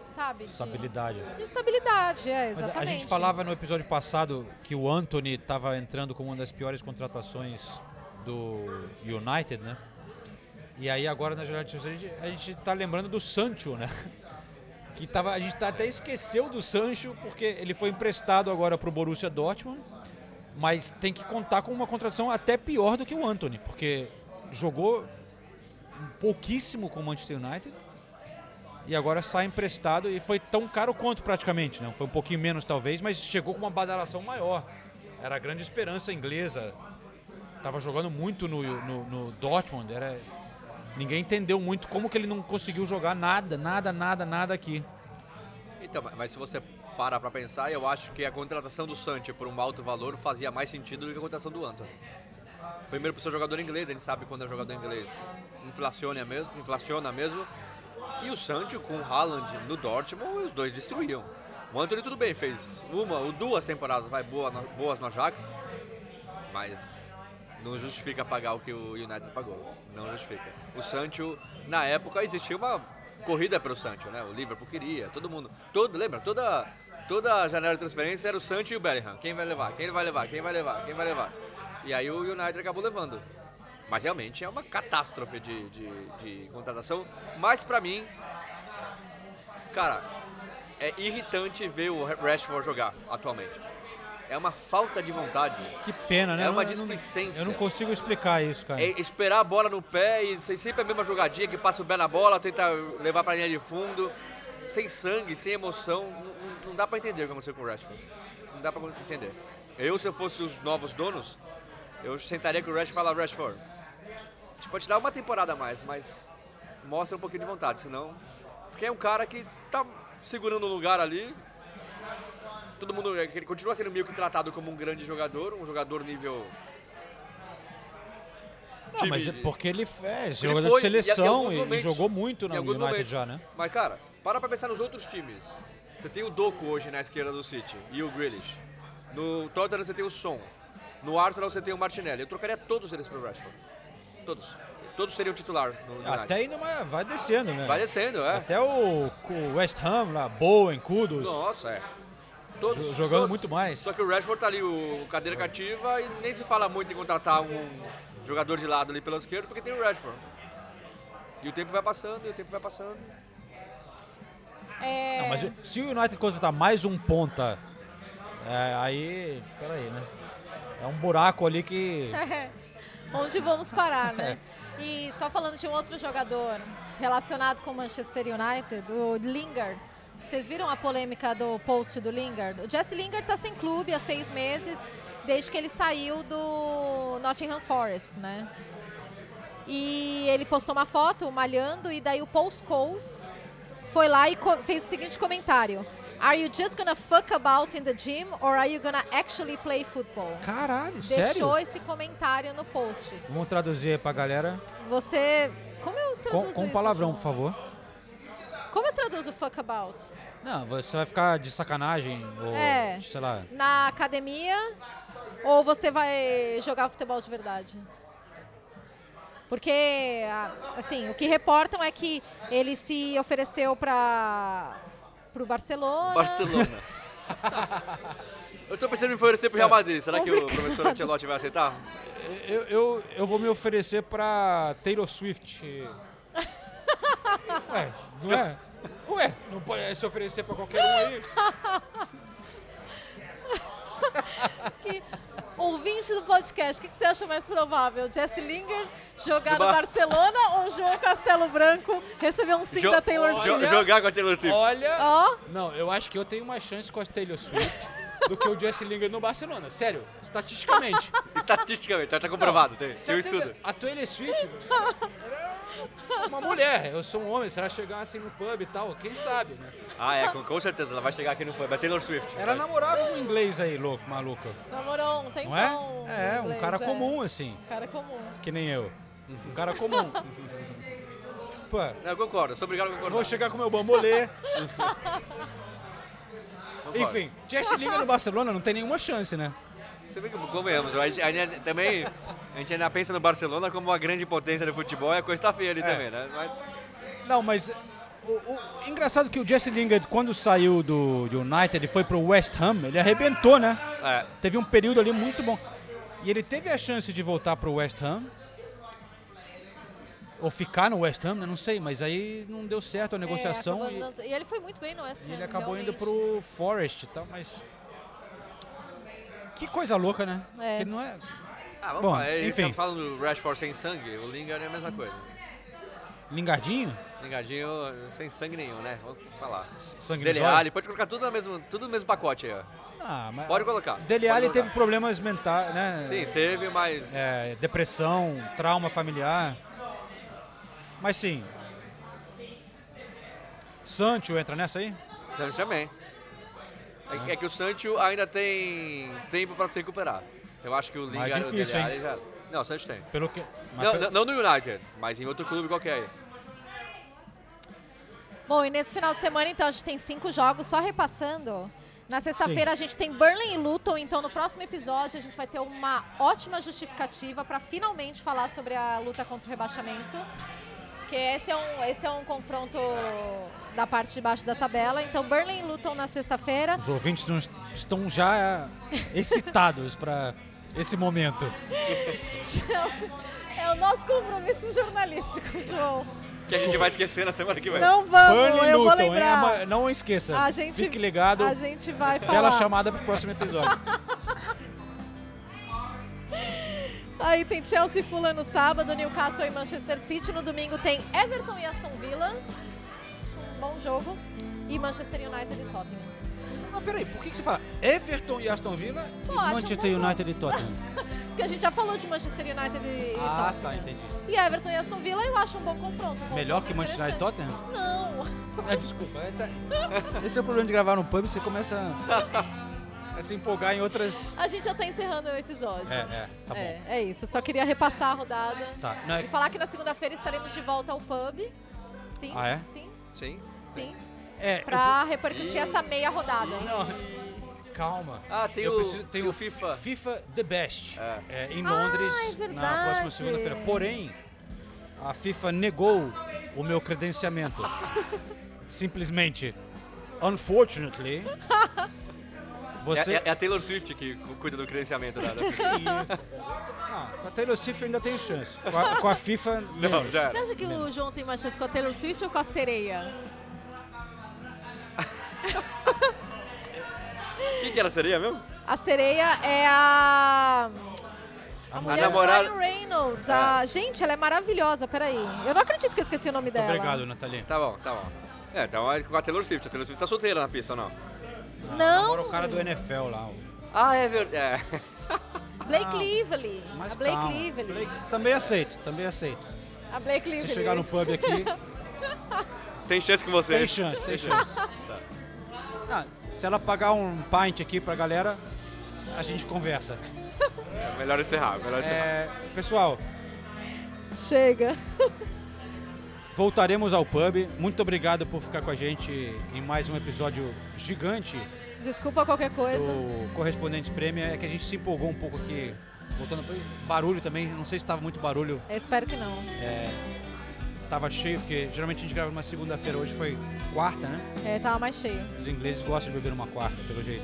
E: sabe, de-
D: Estabilidade.
E: de, estabilidade, é,
D: Mas a-
E: exatamente.
D: a gente falava no episódio passado que o Anthony estava entrando como uma das piores contratações do United, né? E aí agora na jornada de transferência, a gente está lembrando do Sancho, né? Que tava, a gente tá- até esqueceu do Sancho porque ele foi emprestado agora para o Borussia Dortmund, mas tem que contar com uma contratação até pior do que o Anthony, porque jogou pouquíssimo com o Manchester United e agora sai emprestado e foi tão caro quanto praticamente, não? Foi um pouquinho menos talvez, mas chegou com uma badalação maior. Era a grande esperança inglesa. Tava jogando muito no, no, no Dortmund, era ninguém entendeu muito como que ele não conseguiu jogar nada, nada, nada, nada aqui.
F: Então, ma- mas se você parar pra pensar, eu acho que a contratação do Sancho por um alto valor fazia mais sentido do que a contratação do Antony. Primeiro por ser jogador inglês, a gente sabe quando é jogador inglês inflaciona mesmo, inflaciona mesmo. E o Sancho com o Haaland no Dortmund, os dois destruíam. O Antony tudo bem, fez uma ou duas temporadas vai boa no- boas no Ajax, mas não justifica pagar o que o United pagou. Não justifica. O Sancho, na época, existia uma corrida pelo Sancho, né? O Liverpool queria, todo mundo. Todo, lembra? Toda, toda a janela de transferência era o Sancho e o Bellingham. Quem vai levar? Quem vai levar? Quem vai levar? Quem vai levar? E aí o United acabou levando. Mas realmente é uma catástrofe de, de, de contratação. Mas pra mim, cara, é irritante ver o Rashford jogar atualmente. É uma falta de vontade.
D: Que pena, né?
F: É uma
D: Eu não-
F: displicência.
D: Eu não consigo explicar isso, cara.
F: É esperar a bola no pé e se- sempre a mesma jogadinha que passa o pé na bola, tenta levar pra linha de fundo. sem sangue, sem emoção, não- não, não dá pra entender o que aconteceu com o Rashford. Não dá pra entender. Eu, se eu fosse os novos donos, eu sentaria com o Rashford e falar, Rashford, a gente pode dar uma temporada a mais, mas mostra um pouquinho de vontade, senão... Porque é um cara que tá segurando um lugar ali, todo mundo... Ele continua sendo meio que tratado como um grande jogador, um jogador nível...
D: Não, mas é porque ele é
F: Ele
D: jogador
F: foi,
D: de
F: e em
D: seleção
F: alguns
D: e, e
F: momentos-
D: jogou muito na
F: em alguns
D: United
F: momentos.
D: já, né?
F: Mas, cara, para pra pensar nos outros times. Você tem o Doku hoje na esquerda do City e o Grealish. No Tottenham você tem o Son. No Arsenal você tem o Martinelli. Eu trocaria todos eles pro Rashford. Todos. Todos seriam titular no United.
D: Até ainda mas vai descendo, né?
F: Vai descendo, é.
D: Até o, o West Ham lá, Bowen, Kudos.
F: Nossa, é. Todos,
D: jo- jogando
F: todos.
D: muito mais.
F: Só que o Rashford tá ali, o cadeira cativa, e nem se fala muito em contratar um jogador de lado ali pela esquerda, porque tem o Rashford. E o tempo vai passando, e o tempo vai passando.
E: É,
D: Não, mas se o United contratar mais um ponta, é, aí. Peraí, né? É um buraco ali que.
E: Onde vamos parar, né? E só falando de um outro jogador relacionado com o Manchester United, o Lingard. Vocês viram a polêmica do post do Lingard? O Jesse Lingard está sem clube há seis meses, desde que ele saiu do Nottingham Forest, né? E ele postou uma foto malhando e daí o Paul Scholes foi lá e co- fez o seguinte comentário. Are you just gonna fuck about in the gym or are you gonna actually play football?
D: Caralho,
E: Deixou
D: sério?
E: esse comentário no post.
D: Vamos traduzir pra galera.
E: Você. Como eu traduzo
D: Com, com um
E: isso,
D: palavrão, por
E: João?
D: favor.
E: Como eu traduzo fuck about?
D: Não, você vai ficar de sacanagem ou.
E: É.
D: Sei lá.
E: Na academia ou você vai jogar futebol de verdade? Porque, a- assim, o que reportam é que ele se ofereceu para o Barcelona.
F: Barcelona. eu tô pensando em me oferecer pro Real Madrid. Será que o professor Ancelotti vai aceitar?
D: Eu, eu, eu vou me oferecer pra Taylor Swift. Ué, não é? Ué, não pode se oferecer pra qualquer um aí.
E: que, ouvinte do podcast, o que, que você acha mais provável? Jesse Lingard jogar no
F: Ba-
E: Barcelona ou João Castelo Branco receber um sim
F: Jo-
E: da Taylor
F: jo-
E: Swift?
F: jogar com a Taylor Swift.
N: Olha.
E: Ó.
N: Não, eu acho que eu tenho mais chance com a Taylor Swift do que o Jesse Lingard no Barcelona. Sério, estatisticamente.
F: Estatisticamente, tá, tá comprovado. Tem, tem um
N: Sério,
F: estudo.
N: A Taylor Swift era uma mulher. Eu sou um homem. Se ela chegar assim no pub e tal, quem sabe, né?
F: Ah, é, com, com certeza. Ela vai chegar aqui no pub. É Taylor Swift.
D: Ela namorava um inglês aí, louco, maluco.
E: Namorou um
D: Não é?
E: tempão.
D: É, um
E: inglês,
D: cara
E: é.
D: comum, assim.
E: Cara comum.
D: Que nem eu. Um cara comum. Pô,
F: Não, eu concordo. Sou obrigado a concordar.
D: vou chegar com meu bambolê.
F: Concordo.
D: Enfim, Jesse Liga no Barcelona não tem nenhuma chance, né?
F: Você vê que convenhamos. A gente, a gente é também... A gente ainda pensa no Barcelona como uma grande potência do futebol. É coisa tá feia ali
D: É.
F: também, né? Mas,
D: Não, mas o, o- engraçado que o Jesse Lingard, quando saiu do do United e foi pro West Ham, ele arrebentou, né?
F: É.
D: Teve um período ali muito bom. E ele teve a chance de voltar pro West Ham. Ou ficar no West Ham, né? não sei, mas aí não deu certo a negociação.
E: É,
D: e-
E: acabou não- e ele foi muito bem no West
D: E
E: Ham,
D: ele acabou
E: realmente.
D: indo pro Forest e tal, mas. Que coisa louca, né?
E: É.
D: Que não é...
F: ah, vamos
D: Bom,
F: falar. Ele
D: enfim.
F: tá falando do Rashford sem sangue. O Lingard é a mesma coisa.
D: Lingardinho?
F: Lingadinho sem sangue nenhum, né? Vamos falar.
D: sangue
F: Dele
D: nos olhos?
F: Alli, pode colocar tudo no mesmo, tudo no mesmo pacote aí, ó.
D: Ah, mas
F: Pode colocar.
D: Dele
F: Pode
D: Alli
F: colocar.
D: teve problemas mentais, né?
F: Sim, teve, mas.
D: É, depressão, trauma familiar. Mas sim. Sancho entra nessa aí?
F: Sancho também. É, é que o Sancho ainda tem tempo pra se recuperar. Eu acho que o
D: Mas é
F: Lingard e o Dele
D: difícil, hein?
F: Alli já. Não, o Sancho tem.
D: Pelo que. mas
F: Não,
D: pelo-
F: não- não no United, mas em outro clube qualquer aí.
E: Bom, e nesse final de semana, então, a gente tem cinco jogos, só repassando. Na sexta-feira a gente tem Burnley e Luton, então no próximo episódio a gente vai ter uma ótima justificativa para finalmente falar sobre a luta contra o rebaixamento. Porque esse é, um, esse é um confronto da parte de baixo da tabela. Então, Burnley e Luton na sexta-feira.
D: Os ouvintes não est- estão já é, excitados pra esse momento.
E: É o nosso compromisso jornalístico, João.
F: Que a gente vai esquecer na semana que vem.
E: Não vamos,
D: É, Burnley
E: eu vou
D: Luton, hein?
E: lembrar.
D: Ama- Não esqueça.
E: A gente-
D: Fique ligado.
E: a gente vai falar.
D: Bela chamada pro próximo episódio.
E: Aí tem Chelsea e Fulham no sábado, Newcastle e Manchester City. No domingo tem Everton e Aston Villa. Um bom jogo. e Manchester United e Tottenham.
D: Não, peraí, por que, que você fala Everton e Aston Villa
E: Pô,
D: e
E: acho
D: Manchester
E: um bom
D: United e Tottenham?
E: jogo. Porque a gente já falou de Manchester United e e
D: ah,
E: Tottenham.
D: tá, entendi.
E: E Everton e Aston Villa eu acho um bom confronto. um
D: Melhor
E: confronto
D: que Manchester United e
E: interessante.
D: Tottenham?
E: Não.
D: É, desculpa. é, tá- Esse é o problema de gravar no pub, você começa a, a se empolgar em outras...
E: A gente já tá encerrando o episódio.
D: É, é, tá bom.
E: é, é isso. Eu só queria repassar a rodada.
D: Tá, não, é-
E: E falar que na segunda-feira estaremos de volta ao pub. Sim.
D: Ah, é?
E: Sim.
F: Sim.
E: Sim.
D: É,
E: pra
D: eu vou-
E: repercutir essa meia rodada.
D: Calma.
F: Ah, tem
D: Eu
F: o-
D: preciso-
F: tem o FIFA.
D: FIFA The Best. É, em
E: Ah,
D: Londres,
E: é
D: na próxima
E: verdade.
D: segunda-feira. Porém, a FIFA negou o meu credenciamento. Simplesmente. Unfortunately. Você...
F: É, é- é a Taylor Swift que cu- cuida do credenciamento da. da-
D: Ah, com a Taylor Swift eu ainda tenho chance. Com a, com a FIFA. menos.
F: já
E: Você acha que o João tem mais chance com a Taylor Swift ou com a sereia?
F: Quem que era sereia mesmo?
E: A sereia é a. é A, mulher
F: namorada-
E: do Ryan Reynolds. A... Gente, ela é maravilhosa, peraí. Eu não acredito que eu esqueci o nome dela.
D: Nathalie.
F: Tá bom, tá bom. É, então é com a Taylor Swift. A Taylor Swift tá solteira na pista ou não?
E: Não,
D: Agora o cara do NFL lá. o-
F: Ah, é verdade.
E: Blake Lively.
D: Mas
E: a Blake
D: calma.
E: Lively.
D: Também aceito, também aceito.
E: A Blake
D: Se
E: Lively.
D: chegar no pub aqui,
F: Tem chance com você?
D: Tem chance, tem chance.
F: Tá.
D: ah, se ela pagar um pint aqui pra galera, a gente conversa.
F: É, melhor encerrar, melhor encerrar.
D: É, pessoal,
E: Chega.
D: voltaremos ao pub. Muito obrigado por ficar com a gente em mais um episódio gigante
E: Desculpa qualquer coisa.
D: do Correspondente Prêmio. É que a gente se empolgou um pouco aqui, voltando pro barulho também. Não sei se estava muito barulho
E: Eu espero que não.
D: É, tava cheio, porque geralmente a gente grava numa segunda-feira, hoje foi quarta, né?
E: É, tava mais cheio.
D: Os ingleses gostam de beber numa quarta, pelo jeito.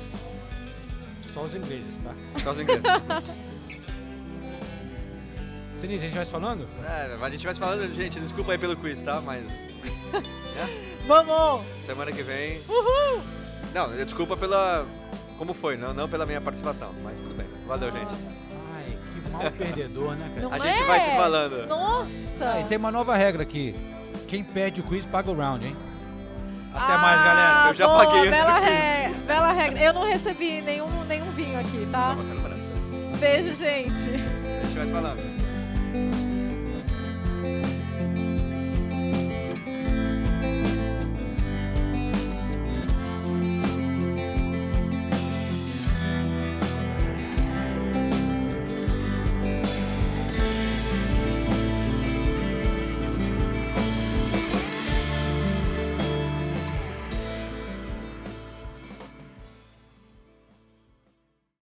D: Só os ingleses, tá?
F: Só os ingleses.
D: Sinise, a gente vai se falando?
F: É, mas a gente vai se falando, gente. Desculpa aí pelo quiz, tá? Mas.
E: Vamos!
F: Semana que vem.
E: Uhul!
F: Não, eu- desculpa pela. Como foi, não, não pela minha participação, mas tudo bem. Valeu, gente.
D: Ai, que mal perdedor, né, cara?
F: A gente vai se falando.
E: é? Nossa!
D: Ah, e tem uma nova regra aqui. Quem perde o quiz paga o round, hein? Até
E: Ah,
D: mais, galera.
E: Tá bom, bela regra, bela regra. Eu não recebi nenhum, nenhum vinho aqui, tá?
F: Você não parece.
E: Beijo, gente.
F: A gente vai se falando.